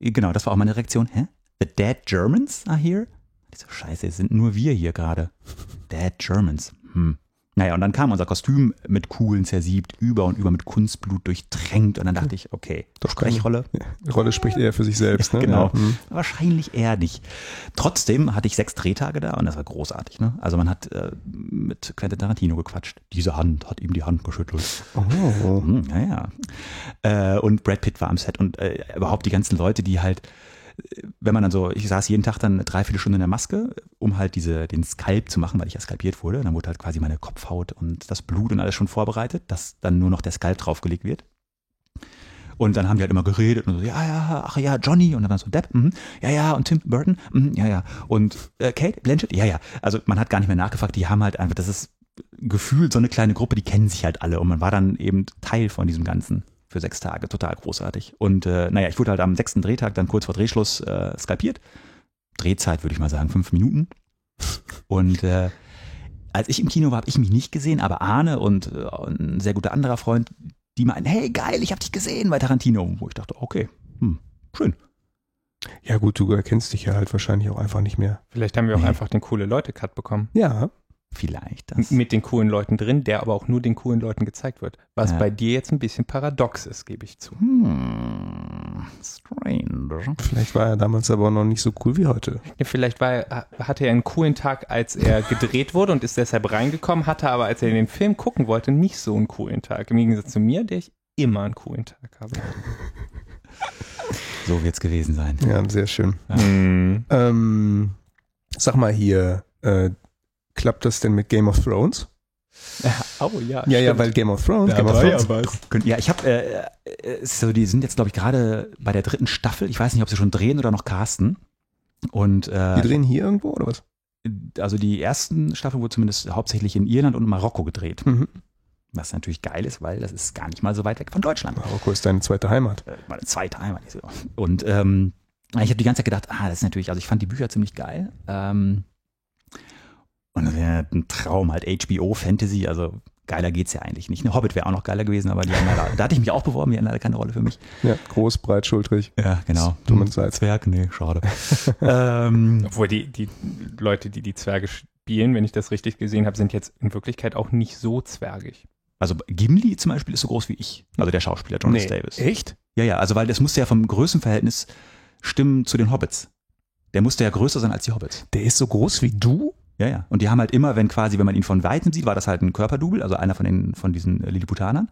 Speaker 4: Genau, das war auch meine Reaktion. Hä? The dead Germans are here? Ich so, scheiße, es sind nur wir hier gerade. <laughs> Dead Germans. Hm. Naja, und dann kam unser Kostüm mit Kugeln zersiebt, über und über mit Kunstblut durchtränkt. Und dann
Speaker 1: Hm.
Speaker 4: dachte ich, okay,
Speaker 1: Doch, keine-
Speaker 4: Sprechrolle,
Speaker 1: Die Rolle spricht eher für sich selbst, ne?
Speaker 4: <laughs> Genau.
Speaker 1: Ja. Hm.
Speaker 4: Wahrscheinlich eher nicht. Trotzdem hatte ich sechs Drehtage da und das war großartig. Ne? Also man hat äh, mit Quentin Tarantino gequatscht. Diese Hand hat ihm die Hand geschüttelt.
Speaker 1: Oh.
Speaker 4: Hm, ja, ja. Äh, und Brad Pitt war am Set und äh, überhaupt die ganzen Leute, die halt, äh, wenn man dann so, ich saß jeden Tag dann drei, vier Stunden in der Maske, um halt diese, den Skalp zu machen, weil ich ja skalpiert wurde. Dann wurde halt quasi meine Kopfhaut und das Blut und alles schon vorbereitet, dass dann nur noch der Skalp draufgelegt wird. Und dann haben die halt immer geredet und so, ja, ja, ach ja, Johnny. Und dann war so Depp, mhm, ja, ja, und Tim Burton, mhm, ja, ja. Und äh, Kate Blanchett, ja, ja. Also man hat gar nicht mehr nachgefragt, die haben halt einfach, das ist gefühlt so eine kleine Gruppe, die kennen sich halt alle. Und man war dann eben Teil von diesem Ganzen für sechs Tage, total großartig. Und äh, naja, ich wurde halt am sechsten Drehtag dann kurz vor Drehschluss äh, skalpiert. Drehzeit würde ich mal sagen, fünf Minuten. Und äh, als ich im Kino war, habe ich mich nicht gesehen, aber Arne und äh, ein sehr guter anderer Freund, die meinten, hey geil, ich habe dich gesehen bei Tarantino. Wo ich dachte, okay, hm, schön.
Speaker 1: Ja, gut, du erkennst dich ja halt wahrscheinlich auch einfach nicht mehr.
Speaker 2: Vielleicht haben wir auch
Speaker 4: Nee.
Speaker 2: einfach den coole Leute-Cut bekommen.
Speaker 1: Ja.
Speaker 4: Vielleicht
Speaker 2: M-
Speaker 4: das.
Speaker 2: Mit den coolen Leuten drin, der aber auch nur den coolen Leuten gezeigt wird. Was
Speaker 4: Ja.
Speaker 2: bei dir jetzt ein bisschen paradox ist, gebe ich zu.
Speaker 4: Hm, strange.
Speaker 1: Vielleicht war er damals aber noch nicht so cool wie heute.
Speaker 2: Ja, Vielleicht war er, hatte er einen coolen Tag, als er gedreht wurde und ist deshalb reingekommen, hatte aber, als er den Film gucken wollte, nicht so einen coolen Tag. Im Gegensatz zu mir, der ich immer einen coolen Tag habe.
Speaker 4: So wird's gewesen sein.
Speaker 1: Ja, sehr schön.
Speaker 4: Mhm.
Speaker 1: Ähm, sag mal hier, äh, klappt das denn mit Game of Thrones?
Speaker 2: Oh
Speaker 4: Ah,
Speaker 2: ja.
Speaker 1: Ja, ja, weil Game of Thrones, Game of Thrones.
Speaker 4: Könnt- Ja, ich habe, äh, äh, es ist so, die sind jetzt, glaube ich, gerade bei der dritten Staffel. Ich weiß nicht, ob sie schon drehen oder noch casten. Und äh,
Speaker 1: Die drehen hier irgendwo oder was?
Speaker 4: also die ersten Staffel wurde zumindest hauptsächlich in Irland und Marokko gedreht.
Speaker 1: Mhm.
Speaker 4: Was natürlich geil ist, weil das ist gar nicht mal so weit weg von Deutschland.
Speaker 1: Marokko ist deine zweite Heimat.
Speaker 4: äh, meine zweite Heimat. ist. Und ähm, ich habe die ganze Zeit gedacht, ah, das ist natürlich, also ich fand die Bücher ziemlich geil. Ähm, und das wäre ein Traum, halt HBO Fantasy, also geiler geht's ja eigentlich nicht. Ne? Hobbit wäre auch noch geiler gewesen, aber die haben leider, da hatte ich mich auch beworben, die haben leider keine Rolle für mich.
Speaker 1: Ja, groß, breitschultrig.
Speaker 4: Ja, genau.
Speaker 1: Dumm und Salz.
Speaker 4: Zwerg, nee, schade. ähm,
Speaker 2: Obwohl die, die Leute, die die Zwerge spielen, wenn ich das richtig gesehen habe, sind jetzt in Wirklichkeit auch nicht so zwergig.
Speaker 4: also Gimli zum Beispiel ist so groß wie ich, also der Schauspieler Jonas
Speaker 2: Nee.
Speaker 4: Davis.
Speaker 1: Echt?
Speaker 4: Ja, ja, also weil das musste ja vom Größenverhältnis stimmen zu den Hobbits. Der musste ja größer sein als die Hobbits.
Speaker 1: Der ist so groß wie du?
Speaker 4: Ja, ja. Und die haben halt immer, wenn quasi, wenn man ihn von Weitem sieht, war das halt ein Körperdouble, also einer von, den, von diesen äh, Lilliputanern.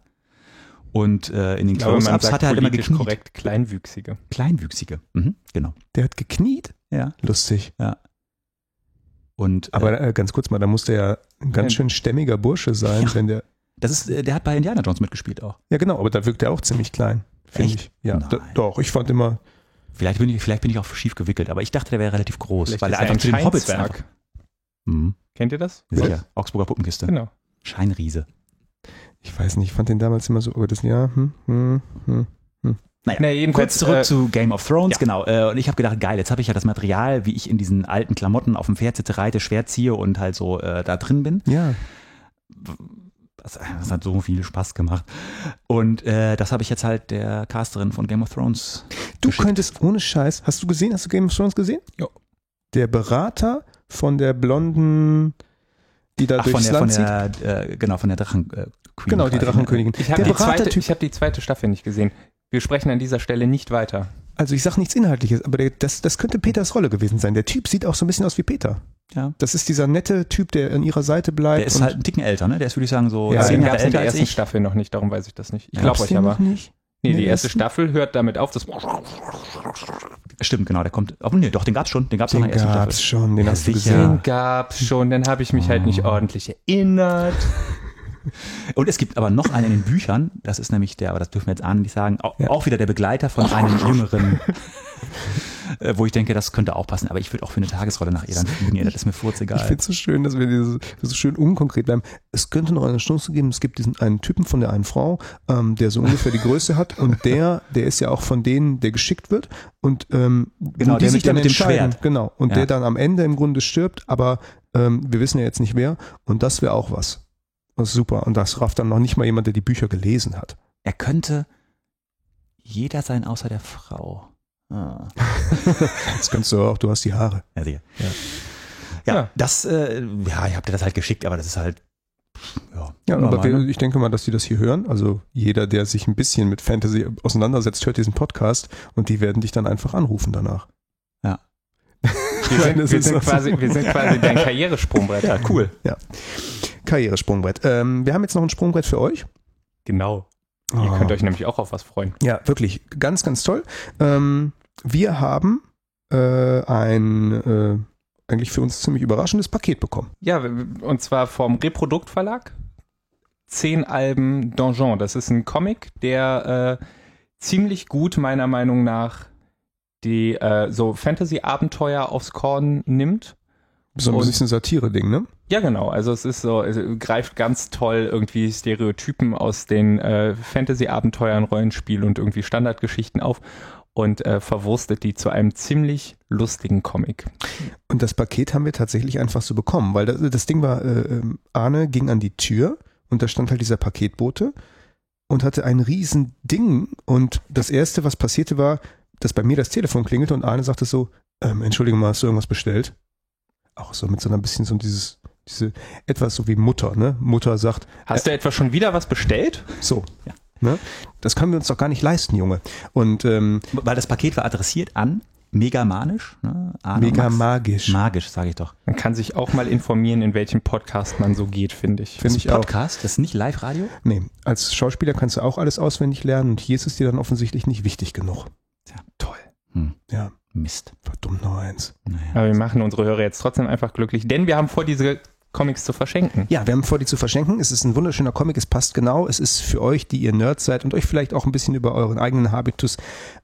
Speaker 4: Und äh, in den Close-Ups hat er halt immer
Speaker 2: politisch
Speaker 4: gekniet.
Speaker 2: korrekt Kleinwüchsige.
Speaker 4: Kleinwüchsige. Mhm, genau.
Speaker 1: Der hat gekniet?
Speaker 4: Ja.
Speaker 1: Lustig.
Speaker 4: Und äh,
Speaker 1: Aber äh, ganz kurz mal, da muss der ja ein ganz
Speaker 2: Ja.
Speaker 1: schön stämmiger Bursche sein,
Speaker 4: Ja.
Speaker 1: wenn der
Speaker 4: Das ist, äh, der hat bei Indiana Jones mitgespielt auch.
Speaker 1: Ja, genau, aber da wirkt er auch ziemlich klein, finde
Speaker 4: Echt?
Speaker 1: ich. Ja,
Speaker 4: Nein.
Speaker 1: d- doch, ich fand immer,
Speaker 4: Vielleicht bin ich, vielleicht bin ich auch schief gewickelt, aber ich dachte, der wäre relativ groß, weil er einfach zu den Hobbits
Speaker 2: Scheinzwerg.
Speaker 4: einfach- Mhm.
Speaker 2: Kennt ihr das?
Speaker 4: Ja,
Speaker 1: Hm?
Speaker 4: sicher.
Speaker 1: <laughs>
Speaker 4: Augsburger Puppenkiste.
Speaker 2: Genau.
Speaker 4: Scheinriese.
Speaker 1: ich weiß nicht, ich fand den damals immer so, aber das, ja, hm, hm, hm.
Speaker 2: Na, jedenfalls,
Speaker 4: Um Kurz zurück
Speaker 2: äh,
Speaker 4: zu Game of Thrones,
Speaker 2: ja.
Speaker 4: genau. Äh, und ich habe gedacht, geil, jetzt habe ich ja das Material, wie ich in diesen alten Klamotten auf dem Pferd sitze, reite, Schwert ziehe und halt so äh, da drin bin.
Speaker 1: Ja,
Speaker 4: Das, äh, das hat so viel Spaß gemacht. Und äh, das habe ich jetzt halt der Casterin von Game of Thrones.
Speaker 1: Du
Speaker 4: geschickt.
Speaker 1: könntest ohne Scheiß, hast du gesehen, hast du Game of Thrones gesehen?
Speaker 4: Jo.
Speaker 1: Der Berater von der blonden, die da
Speaker 4: Ach,
Speaker 1: durchs
Speaker 4: von der, von
Speaker 1: Land zieht.
Speaker 4: der äh, genau, von der Drachen äh, Queen
Speaker 1: Genau, die
Speaker 4: quasi, ne?
Speaker 1: Drachenkönigin.
Speaker 2: äh, ich habe
Speaker 1: der
Speaker 2: die, zweite-
Speaker 1: Beratertyp,
Speaker 2: ich hab die zweite Staffel nicht gesehen. Wir sprechen an dieser Stelle nicht weiter.
Speaker 1: also ich sag nichts Inhaltliches, aber der, das, das könnte Peters Rolle gewesen sein. Der Typ sieht auch so ein bisschen aus wie Peter.
Speaker 4: Ja.
Speaker 1: Das ist dieser nette Typ, der an ihrer Seite bleibt.
Speaker 4: Der ist
Speaker 1: und-
Speaker 4: halt einen Ticken älter, ne? Der ist, würde ich sagen, so
Speaker 1: Ja,
Speaker 4: zehn
Speaker 2: Den
Speaker 4: Jahre
Speaker 2: gab's in
Speaker 4: älter
Speaker 2: der
Speaker 4: als
Speaker 2: ersten
Speaker 4: ich.
Speaker 2: Staffel noch nicht, darum weiß ich das nicht. Ich
Speaker 1: Glaubst
Speaker 2: glaube
Speaker 1: du
Speaker 2: euch
Speaker 1: den
Speaker 2: aber.
Speaker 1: noch nicht?
Speaker 2: Nee,
Speaker 1: In
Speaker 2: die
Speaker 1: der
Speaker 2: erste
Speaker 1: ersten?
Speaker 2: Staffel hört damit auf, dass
Speaker 4: Stimmt, genau, der kommt. Oh, nee, doch, den gab's schon. Den gab's schon
Speaker 1: Den
Speaker 4: in der ersten
Speaker 1: gab's
Speaker 4: Staffel.
Speaker 1: schon, den
Speaker 4: Ja,
Speaker 1: hast du
Speaker 4: sicher.
Speaker 1: gesehen.
Speaker 2: den gab's schon, dann habe ich mich halt nicht ordentlich erinnert.
Speaker 4: Und es gibt aber noch einen in den Büchern, das ist nämlich der, aber das dürfen wir jetzt ahnen nicht sagen, auch,
Speaker 1: Ja. Oh.
Speaker 4: auch wieder der Begleiter von einem jüngeren, <laughs> äh, wo ich denke, das könnte auch passen, aber ich würde auch für eine Tagesrolle nach Irland fliegen, das ist mir
Speaker 1: Ich
Speaker 4: furzegal.
Speaker 1: finde es so schön, dass wir dieses, so schön unkonkret bleiben. Es könnte noch eine Chance geben, es gibt diesen einen Typen von der einen Frau, ähm, der so ungefähr die Größe hat und der, der ist ja auch von denen, der geschickt wird und ähm,
Speaker 4: Genau,
Speaker 1: wo die
Speaker 4: der mit-
Speaker 1: sich
Speaker 4: der
Speaker 1: dann
Speaker 4: mit dem
Speaker 1: entscheiden.
Speaker 4: Schwert.
Speaker 1: Genau, und
Speaker 4: Ja.
Speaker 1: der dann am Ende im Grunde stirbt, aber ähm, wir wissen ja jetzt nicht wer und das wäre auch was. Das ist super und das rafft dann noch nicht mal jemand, der die Bücher gelesen hat.
Speaker 4: Er könnte jeder sein, außer der Frau. Ah.
Speaker 1: Das kannst du auch, du hast die Haare.
Speaker 4: Ja, sicher.
Speaker 1: Ja.
Speaker 4: Ja,
Speaker 2: Ja.
Speaker 4: das, äh, ja, ihr habt dir das halt geschickt, aber das ist halt, ja.
Speaker 1: Ja,
Speaker 4: normal,
Speaker 1: aber wir,
Speaker 4: ne?
Speaker 1: ich denke mal, dass die das hier hören. Also jeder, der sich ein bisschen mit Fantasy auseinandersetzt, hört diesen Podcast und die werden dich dann einfach anrufen danach.
Speaker 4: Ja. <laughs>
Speaker 2: Wir sind,
Speaker 1: Das
Speaker 2: wir
Speaker 1: ist
Speaker 2: sind,
Speaker 1: also-
Speaker 2: quasi, wir sind quasi dein Karrieresprungbrett.
Speaker 4: ja, cool.
Speaker 1: Karrieresprungbrett. Ähm, wir haben jetzt noch ein Sprungbrett für euch.
Speaker 2: Genau. Ihr könnt euch nämlich auch auf was freuen.
Speaker 1: ja, wirklich. Ganz, ganz toll. Ähm, wir haben äh, ein äh, eigentlich für uns ziemlich überraschendes Paket bekommen.
Speaker 2: Ja, und zwar vom Reprodukt Verlag. Zehn Alben Donjon. Das ist ein Comic, der äh, ziemlich gut meiner Meinung nach die äh, so Fantasy-Abenteuer aufs Korn nimmt.
Speaker 1: So ein
Speaker 2: Und-
Speaker 1: bisschen Satire-Ding, ne?
Speaker 2: Ja, genau. Also es ist so, es greift ganz toll irgendwie Stereotypen aus den äh, Fantasy-Abenteuern, Rollenspiel und irgendwie Standardgeschichten auf und äh, verwurstet die zu einem ziemlich lustigen Comic.
Speaker 1: Und das Paket haben wir tatsächlich einfach so bekommen, weil das, das Ding war, äh, ähm, Arne ging an die Tür und da stand halt dieser Paketbote und hatte ein riesen Ding und das erste, was passierte war, dass bei mir das Telefon klingelte und Arne sagte so, ähm, entschuldige mal, hast du irgendwas bestellt? Auch so mit so einer bisschen so dieses, diese, etwas so wie Mutter, ne? Mutter sagt,
Speaker 2: Hast du etwa schon wieder was bestellt?
Speaker 1: so,
Speaker 4: Ja.
Speaker 1: ne? Das können wir uns doch gar nicht leisten, Junge. Und ähm,
Speaker 4: Weil das Paket war adressiert an Megamanisch, ne? Arne und
Speaker 1: mega
Speaker 4: Max.
Speaker 1: magisch.
Speaker 4: Magisch, sage ich doch.
Speaker 2: Man kann sich auch mal informieren, in welchem Podcast man so geht, finde ich.
Speaker 1: Finde
Speaker 4: Das ist
Speaker 1: ich
Speaker 4: ein
Speaker 1: auch.
Speaker 4: Podcast, das ist nicht Live-Radio.
Speaker 1: Nee, als Schauspieler kannst du auch alles auswendig lernen und hier ist es dir dann offensichtlich nicht wichtig genug.
Speaker 2: Toll.
Speaker 1: Ja,
Speaker 4: Mist.
Speaker 1: verdammt noch eins.
Speaker 4: Naja.
Speaker 2: Aber wir machen unsere Hörer jetzt trotzdem einfach glücklich, denn wir haben vor, diese Comics zu verschenken.
Speaker 1: Ja, wir haben vor, die zu verschenken. Es ist ein wunderschöner Comic, es passt genau. Es ist für euch, die ihr Nerds seid und euch vielleicht auch ein bisschen über euren eigenen Habitus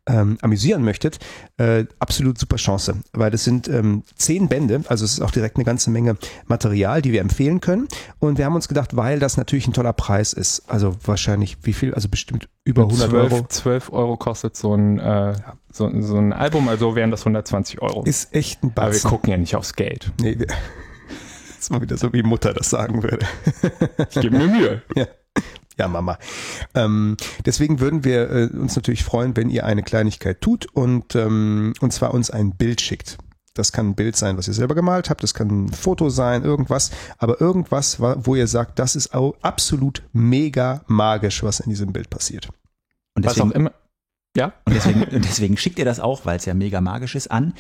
Speaker 1: ähm, amüsieren möchtet, äh, absolut super Chance. Weil das sind ähm, zehn Bände, also es ist auch direkt eine ganze Menge Material, die wir empfehlen können. Und wir haben uns gedacht, weil das natürlich ein toller Preis ist, also wahrscheinlich wie viel, also bestimmt über 100 Euro.
Speaker 2: 12 Euro kostet so ein, äh, so, so ein Album, also wären das 120 Euro.
Speaker 1: Ist echt ein
Speaker 2: Aber wir
Speaker 1: Batzen.
Speaker 2: gucken ja nicht aufs Geld.
Speaker 1: Nee, wir- <laughs> das ist mal wieder so, wie Mutter das sagen würde.
Speaker 2: Ich gebe mir Mühe.
Speaker 1: Ja, Mama. Ähm, deswegen würden wir äh, uns natürlich freuen, wenn ihr eine Kleinigkeit tut und, ähm, und zwar uns ein Bild schickt. Das kann ein Bild sein, was ihr selber gemalt habt, das kann ein Foto sein, irgendwas, aber irgendwas, wa- wo ihr sagt, das ist au- absolut mega magisch, was in diesem Bild passiert.
Speaker 2: <laughs>
Speaker 4: Und
Speaker 2: Was auch
Speaker 4: deswegen,
Speaker 2: immer. Ja,
Speaker 4: und, deswegen, und deswegen schickt ihr das auch, weil es ja mega magisch ist, an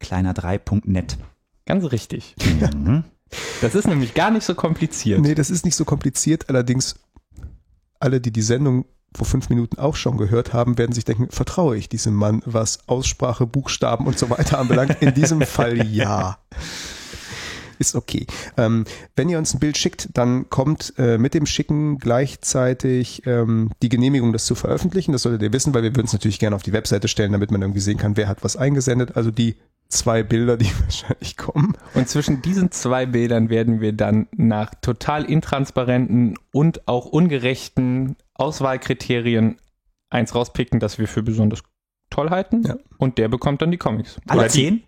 Speaker 4: megamagisch.kleiner3.net.
Speaker 2: ganz richtig.
Speaker 4: Mhm.
Speaker 2: Das ist nämlich gar nicht so kompliziert.
Speaker 1: Nee, das ist nicht so kompliziert, allerdings alle, die die Sendung vor fünf Minuten auch schon gehört haben, werden sich denken, vertraue ich diesem Mann, was Aussprache, Buchstaben und so weiter anbelangt? In diesem Fall ja. ist okay. Ähm, wenn ihr uns ein Bild schickt, dann kommt äh, mit dem Schicken gleichzeitig ähm, die Genehmigung, das zu veröffentlichen. Das solltet ihr wissen, weil wir würden es natürlich gerne auf die Webseite stellen, damit man irgendwie sehen kann, wer hat was eingesendet. Also die zwei Bilder, die <laughs> wahrscheinlich kommen.
Speaker 2: Und zwischen diesen zwei Bildern werden wir dann nach total intransparenten und auch ungerechten Auswahlkriterien eins rauspicken, das wir für besonders toll halten.
Speaker 1: Ja.
Speaker 2: Und der bekommt dann die Comics.
Speaker 4: Alle
Speaker 2: Oder die- Mhm.
Speaker 4: zehn?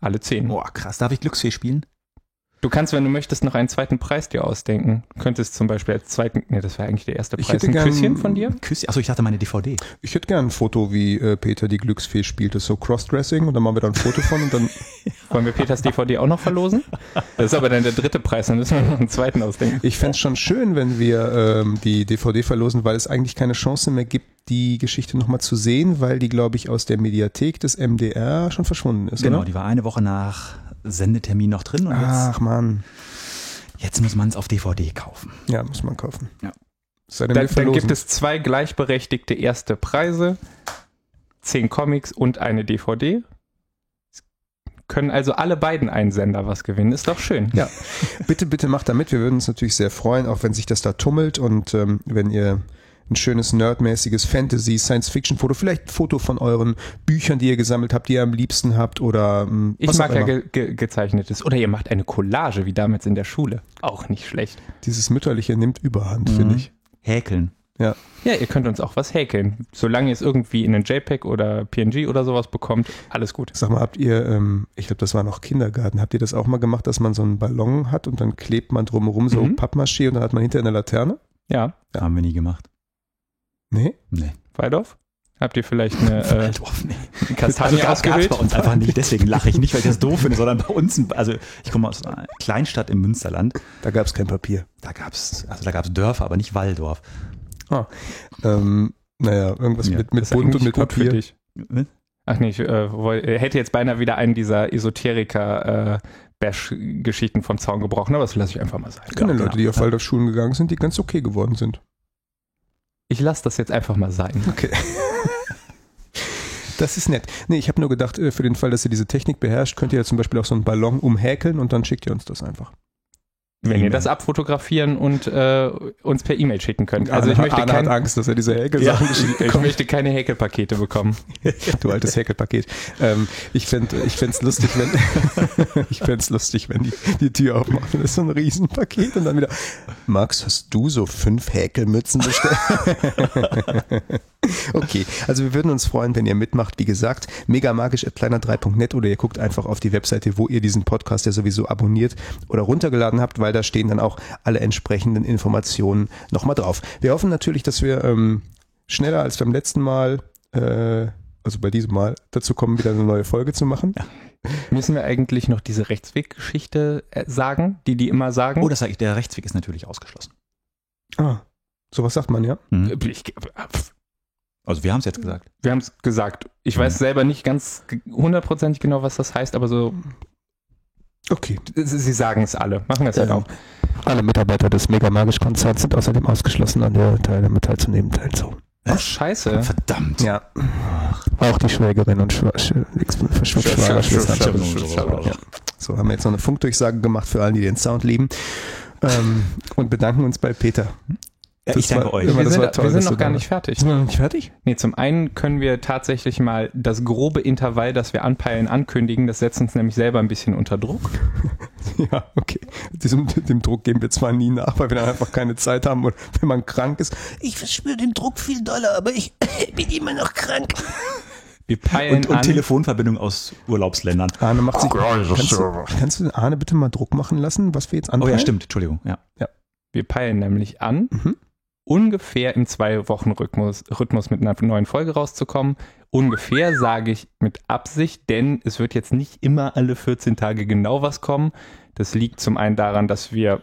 Speaker 2: Alle zehn.
Speaker 4: Boah, krass. Darf ich Glücksfee spielen?
Speaker 2: Du kannst, wenn du möchtest, noch einen zweiten Preis dir ausdenken. Du könntest zum Beispiel als zweiten, nee, das war eigentlich der erste
Speaker 1: Ich
Speaker 2: Preis,
Speaker 1: hätte
Speaker 2: ein
Speaker 1: gern-
Speaker 2: Küsschen von dir.
Speaker 4: Küsschen. Achso, ich dachte meine DVD.
Speaker 1: Ich hätte gern ein Foto, wie äh, Peter die Glücksfee spielt. Das ist so Crossdressing und dann machen wir da ein Foto von und
Speaker 2: <laughs>
Speaker 1: dann.
Speaker 2: Wollen wir Peters DVD auch noch verlosen? Das ist aber dann der dritte Preis, dann müssen wir noch einen zweiten ausdenken.
Speaker 1: Ich fänd's schon schön, wenn wir ähm, die DVD verlosen, weil es eigentlich keine Chance mehr gibt, die Geschichte nochmal zu sehen, weil die, glaube ich, aus der Mediathek des MDR schon verschwunden ist.
Speaker 4: Genau,
Speaker 1: Oder?
Speaker 4: die war eine Woche nach Sendetermin noch drin
Speaker 2: Ah,
Speaker 4: und
Speaker 1: Ach man,
Speaker 4: jetzt, jetzt muss man es auf DVD kaufen.
Speaker 1: ja, muss man kaufen.
Speaker 4: Ja.
Speaker 1: Es Sei denn,
Speaker 2: Dann,
Speaker 1: wir
Speaker 2: dann
Speaker 1: verlosen.
Speaker 2: gibt es zwei gleichberechtigte erste Preise, zehn Comics und eine DVD. Können also alle beiden Einsender was gewinnen. Ist doch schön.
Speaker 1: Ja, bitte, bitte macht da mit. Wir würden uns natürlich sehr freuen, auch wenn sich das da tummelt und ähm, wenn ihr ein schönes nerdmäßiges Fantasy, Science-Fiction-Foto, vielleicht ein Foto von euren Büchern, die ihr gesammelt habt, die ihr am liebsten habt oder ähm,
Speaker 2: Ich
Speaker 1: was
Speaker 2: mag
Speaker 1: auch
Speaker 2: ja
Speaker 1: immer.
Speaker 2: ge ge gezeichnetes. Oder ihr macht eine Collage, wie damals in der Schule. Auch nicht schlecht.
Speaker 1: dieses mütterliche nimmt Überhand,
Speaker 2: Mhm.
Speaker 1: finde ich.
Speaker 4: Häkeln.
Speaker 2: Ja, ihr könnt uns auch was häkeln. Solange ihr es irgendwie in einen JPEG oder PNG oder sowas bekommt, alles gut.
Speaker 1: Sag mal, habt ihr, ähm, ich glaube, das war noch Kindergarten, habt ihr das auch mal gemacht, dass man so einen Ballon hat und dann klebt man drumherum so
Speaker 2: Mhm.
Speaker 1: Pappmaché und dann hat man hinter eine Laterne?
Speaker 2: Ja,
Speaker 4: Haben wir nie gemacht.
Speaker 1: Nee?
Speaker 4: Nee.
Speaker 2: Waldorf? Habt ihr vielleicht eine äh,
Speaker 4: Halt auf, nee.
Speaker 2: Kastanie
Speaker 4: gab's- gab's
Speaker 2: ausgewählt?
Speaker 4: bei uns einfach nicht. Deswegen lache ich nicht, weil ich das doof finde, sondern bei uns, ein- also ich komme aus einer Kleinstadt im Münsterland.
Speaker 1: Da gab es kein Papier.
Speaker 4: Da gab's, also da gab's Dörfer, aber nicht Waldorf.
Speaker 1: Ähm, naja, irgendwas
Speaker 4: Ja,
Speaker 1: mit, mit
Speaker 2: Ist
Speaker 1: <laughs>
Speaker 2: eigentlich
Speaker 1: Bunt und mit
Speaker 2: gut für
Speaker 1: Papier.
Speaker 2: dich. Ach nee, ich äh, woll- äh, hätte jetzt beinahe wieder einen dieser Esoteriker-Bash-Geschichten vom Zaun gebrochen, aber das lasse ich einfach mal sein.
Speaker 1: Ich kenne
Speaker 4: Ja,
Speaker 1: Leute,
Speaker 4: genau.
Speaker 1: die auf Waldorfschulen gegangen sind, die ganz okay geworden sind.
Speaker 2: Ich lasse das jetzt einfach mal sein.
Speaker 1: Das ist nett. Nee, ich habe nur gedacht, äh, für den Fall, dass ihr diese Technik beherrscht, könnt ihr ja zum Beispiel auch so einen Ballon umhäkeln und dann schickt ihr uns das einfach.
Speaker 2: Wenn ihr
Speaker 4: E-Mail.
Speaker 2: das abfotografieren und äh, uns per E-Mail schicken könnt. Also ich
Speaker 1: Arne-
Speaker 2: möchte,
Speaker 1: Arne hat
Speaker 2: kein,
Speaker 1: Angst, dass er diese
Speaker 4: Ja.
Speaker 1: Häkelsachen geschickt
Speaker 2: ich
Speaker 1: bekommt.
Speaker 2: möchte keine Häkelpakete bekommen.
Speaker 1: Du altes Häkelpaket. Ähm, ich fände ich fänd's lustig, wenn <laughs> ich fänd's lustig, wenn die, die Tür aufmachen. Das ist so ein Riesenpaket und dann wieder. Max, hast du so fünf Häkelmützen bestellt? <laughs> okay, also wir würden uns freuen, wenn ihr mitmacht. Wie gesagt, megamagisch at kleiner3.net oder ihr guckt einfach auf die Webseite, wo ihr diesen Podcast ja sowieso abonniert oder runtergeladen habt, weil da stehen dann auch alle entsprechenden Informationen nochmal drauf. Wir hoffen natürlich, dass wir ähm, schneller als beim letzten Mal, äh, also bei diesem Mal, dazu kommen, wieder eine neue Folge zu machen.
Speaker 2: Müssen wir eigentlich noch diese Rechtsweggeschichte äh, sagen, die die immer sagen?
Speaker 4: Oh, das sage ich, der Rechtsweg ist natürlich ausgeschlossen.
Speaker 1: Ah, sowas sagt man ja.
Speaker 2: Äh,
Speaker 4: Mhm.
Speaker 2: ich,
Speaker 4: Also wir haben es jetzt gesagt.
Speaker 2: wir haben es gesagt. Ich weiß selber nicht ganz ge- hundertprozentig genau, was das heißt, aber so,
Speaker 1: Okay.
Speaker 2: sie sie sagen es alle. Machen wir es halt
Speaker 1: Ähm,
Speaker 2: auch.
Speaker 1: Alle Mitarbeiter des Megamagisch-Konzerns sind außerdem ausgeschlossen, an der Teilnahme teilzunehmen, teilzunehmen.
Speaker 2: Oh, scheiße.
Speaker 4: Verdammt.
Speaker 1: Ja. Auch die Schwägerin und Schwa- Sch- Verschw- Schwagerschwester. Ja. So haben wir jetzt noch eine Funkdurchsage gemacht für alle, die den Sound lieben. Ähm, und bedanken uns bei Peter.
Speaker 4: Ja, ich
Speaker 1: Das
Speaker 4: danke
Speaker 1: war-
Speaker 4: euch.
Speaker 1: Aber
Speaker 2: Wir
Speaker 1: das
Speaker 2: sind,
Speaker 1: war toll,
Speaker 2: wir
Speaker 1: dass
Speaker 2: sind
Speaker 1: du
Speaker 2: noch
Speaker 1: da
Speaker 2: gar
Speaker 1: warst.
Speaker 2: nicht fertig.
Speaker 1: Sind wir noch nicht fertig?
Speaker 2: Nee, zum einen können wir tatsächlich mal das grobe Intervall, das wir anpeilen, ankündigen. Das setzt uns nämlich selber ein bisschen unter Druck.
Speaker 1: <laughs> Ja, okay. Diesem, dem Druck geben wir zwar nie nach, weil wir dann einfach keine Zeit haben und wenn man krank ist.
Speaker 3: Ich verspüre den Druck viel doller,
Speaker 1: <laughs>
Speaker 3: aber ich bin immer noch krank.
Speaker 2: <laughs> Wir peilen
Speaker 4: Und, und
Speaker 2: an.
Speaker 4: Telefonverbindung aus Urlaubsländern.
Speaker 1: Arne macht sich. Kannst du,
Speaker 5: Server.
Speaker 1: kannst du Arne bitte mal Druck machen lassen, was wir jetzt
Speaker 4: Oh
Speaker 1: anfangen?
Speaker 4: ja, stimmt. Entschuldigung. Ja.
Speaker 2: wir peilen nämlich an,
Speaker 1: Mhm.
Speaker 2: ungefähr im Zwei-Wochen-Rhythmus Rhythmus mit einer neuen Folge rauszukommen. Ungefähr sage ich mit Absicht, denn es wird jetzt nicht immer alle 14 Tage genau was kommen. Das liegt zum einen daran, dass wir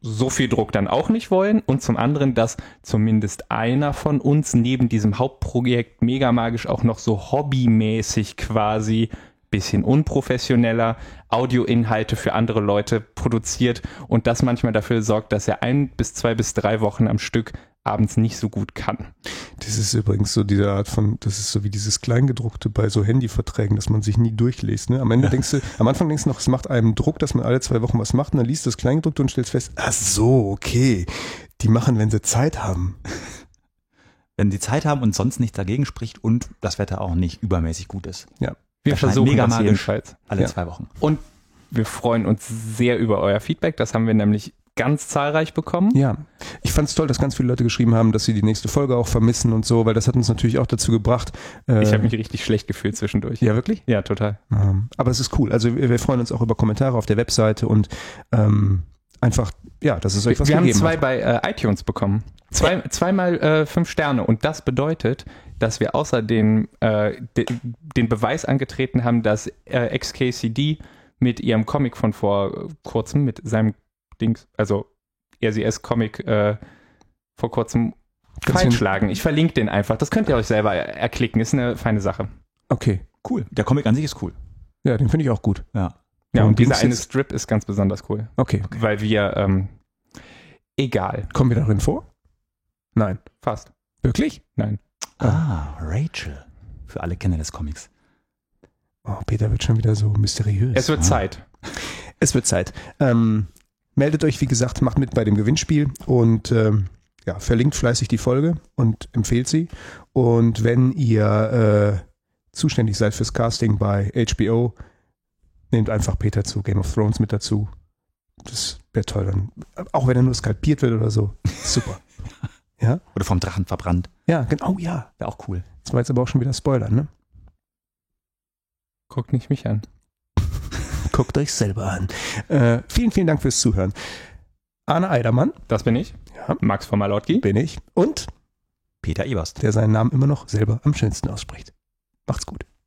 Speaker 2: so viel Druck dann auch nicht wollen und zum anderen, dass zumindest einer von uns neben diesem Hauptprojekt mega magisch auch noch so hobbymäßig quasi bisschen unprofessioneller Audioinhalte für andere Leute produziert und das manchmal dafür sorgt, dass er ein bis zwei bis drei Wochen am Stück abends nicht so gut kann.
Speaker 1: Das ist übrigens so diese Art von, das ist so wie dieses Kleingedruckte bei so Handyverträgen, dass man sich nie durchliest. Ne? Am Ende denkst du, am Anfang denkst du noch, es macht einem Druck, dass man alle zwei Wochen was macht und dann liest du das Kleingedruckte und stellst fest, ach so, okay, die machen, wenn sie Zeit haben.
Speaker 4: Wenn die Zeit haben und sonst nichts dagegen spricht und das Wetter auch nicht übermäßig gut ist.
Speaker 2: Wir
Speaker 4: Das scheint
Speaker 2: versuchen
Speaker 4: mega
Speaker 2: das
Speaker 4: magisch.
Speaker 2: jedenfalls.
Speaker 4: Alle
Speaker 1: Ja.
Speaker 4: zwei Wochen.
Speaker 2: Und wir freuen uns sehr über euer Feedback. Das haben wir nämlich ganz zahlreich bekommen.
Speaker 1: Ja, ich fand's toll, dass ganz viele Leute geschrieben haben, dass sie die nächste Folge auch vermissen und so, weil das hat uns natürlich auch dazu gebracht. äh,
Speaker 2: Ich habe mich richtig schlecht gefühlt zwischendurch.
Speaker 1: ja, wirklich?
Speaker 2: Ja, total.
Speaker 1: Ähm, aber es ist cool. Also wir, wir freuen uns auch über Kommentare auf der Webseite und ähm, einfach, ja, dass es euch
Speaker 2: Wir,
Speaker 1: was
Speaker 2: wir haben
Speaker 1: gegeben
Speaker 2: zwei
Speaker 1: hat.
Speaker 2: bei äh, iTunes bekommen. Zwei, zweimal äh, fünf Sterne. Und das bedeutet, dass wir außerdem äh, de, den Beweis angetreten haben, dass äh, XKCD mit ihrem Comic von vor kurzem, mit seinem Dings, also RCS-Comic äh, vor kurzem
Speaker 1: Kannst du den-
Speaker 2: feitschlagen. Ich verlinke den einfach. Das könnt ihr euch selber erklicken. Ist eine feine Sache.
Speaker 1: Okay,
Speaker 4: Cool. Der Comic an sich ist cool.
Speaker 1: ja, den finde ich auch gut.
Speaker 4: Ja.
Speaker 2: Ja,
Speaker 1: Worum
Speaker 2: und dieser
Speaker 1: ging's
Speaker 2: eine
Speaker 1: jetzt?
Speaker 2: Strip ist ganz besonders cool,
Speaker 1: Okay,
Speaker 2: weil wir, ähm, egal,
Speaker 1: kommen wir darin vor? Nein.
Speaker 2: fast.
Speaker 1: Wirklich?
Speaker 2: Nein.
Speaker 4: Ah, Rachel. Für alle Kenner des Comics.
Speaker 1: Oh, Peter wird schon wieder so mysteriös.
Speaker 2: Es wird
Speaker 4: Ah.
Speaker 2: Zeit.
Speaker 1: Es wird Zeit. Ähm, meldet euch, wie gesagt, macht mit bei dem Gewinnspiel und ähm, ja, verlinkt fleißig die Folge und empfehlt sie. Und wenn ihr äh, zuständig seid fürs Casting bei HBO, nehmt einfach Peter zu Game of Thrones mit dazu. Das wäre toll. Dann, auch wenn er nur skalpiert wird oder <laughs> so. Super.
Speaker 4: Oder vom Drachen verbrannt.
Speaker 1: ja, genau, ja.
Speaker 4: Wäre auch cool.
Speaker 1: Das war jetzt aber auch schon wieder Spoiler, ne?
Speaker 2: Guckt nicht mich an.
Speaker 1: Guckt euch selber an. Äh, vielen, vielen Dank fürs Zuhören. Arne Eidermann
Speaker 2: Das bin ich.
Speaker 1: Ja.
Speaker 2: Max von Malotki.
Speaker 1: bin ich und
Speaker 4: Peter Eberst.
Speaker 1: der seinen Namen immer noch selber am schönsten ausspricht. Macht's gut.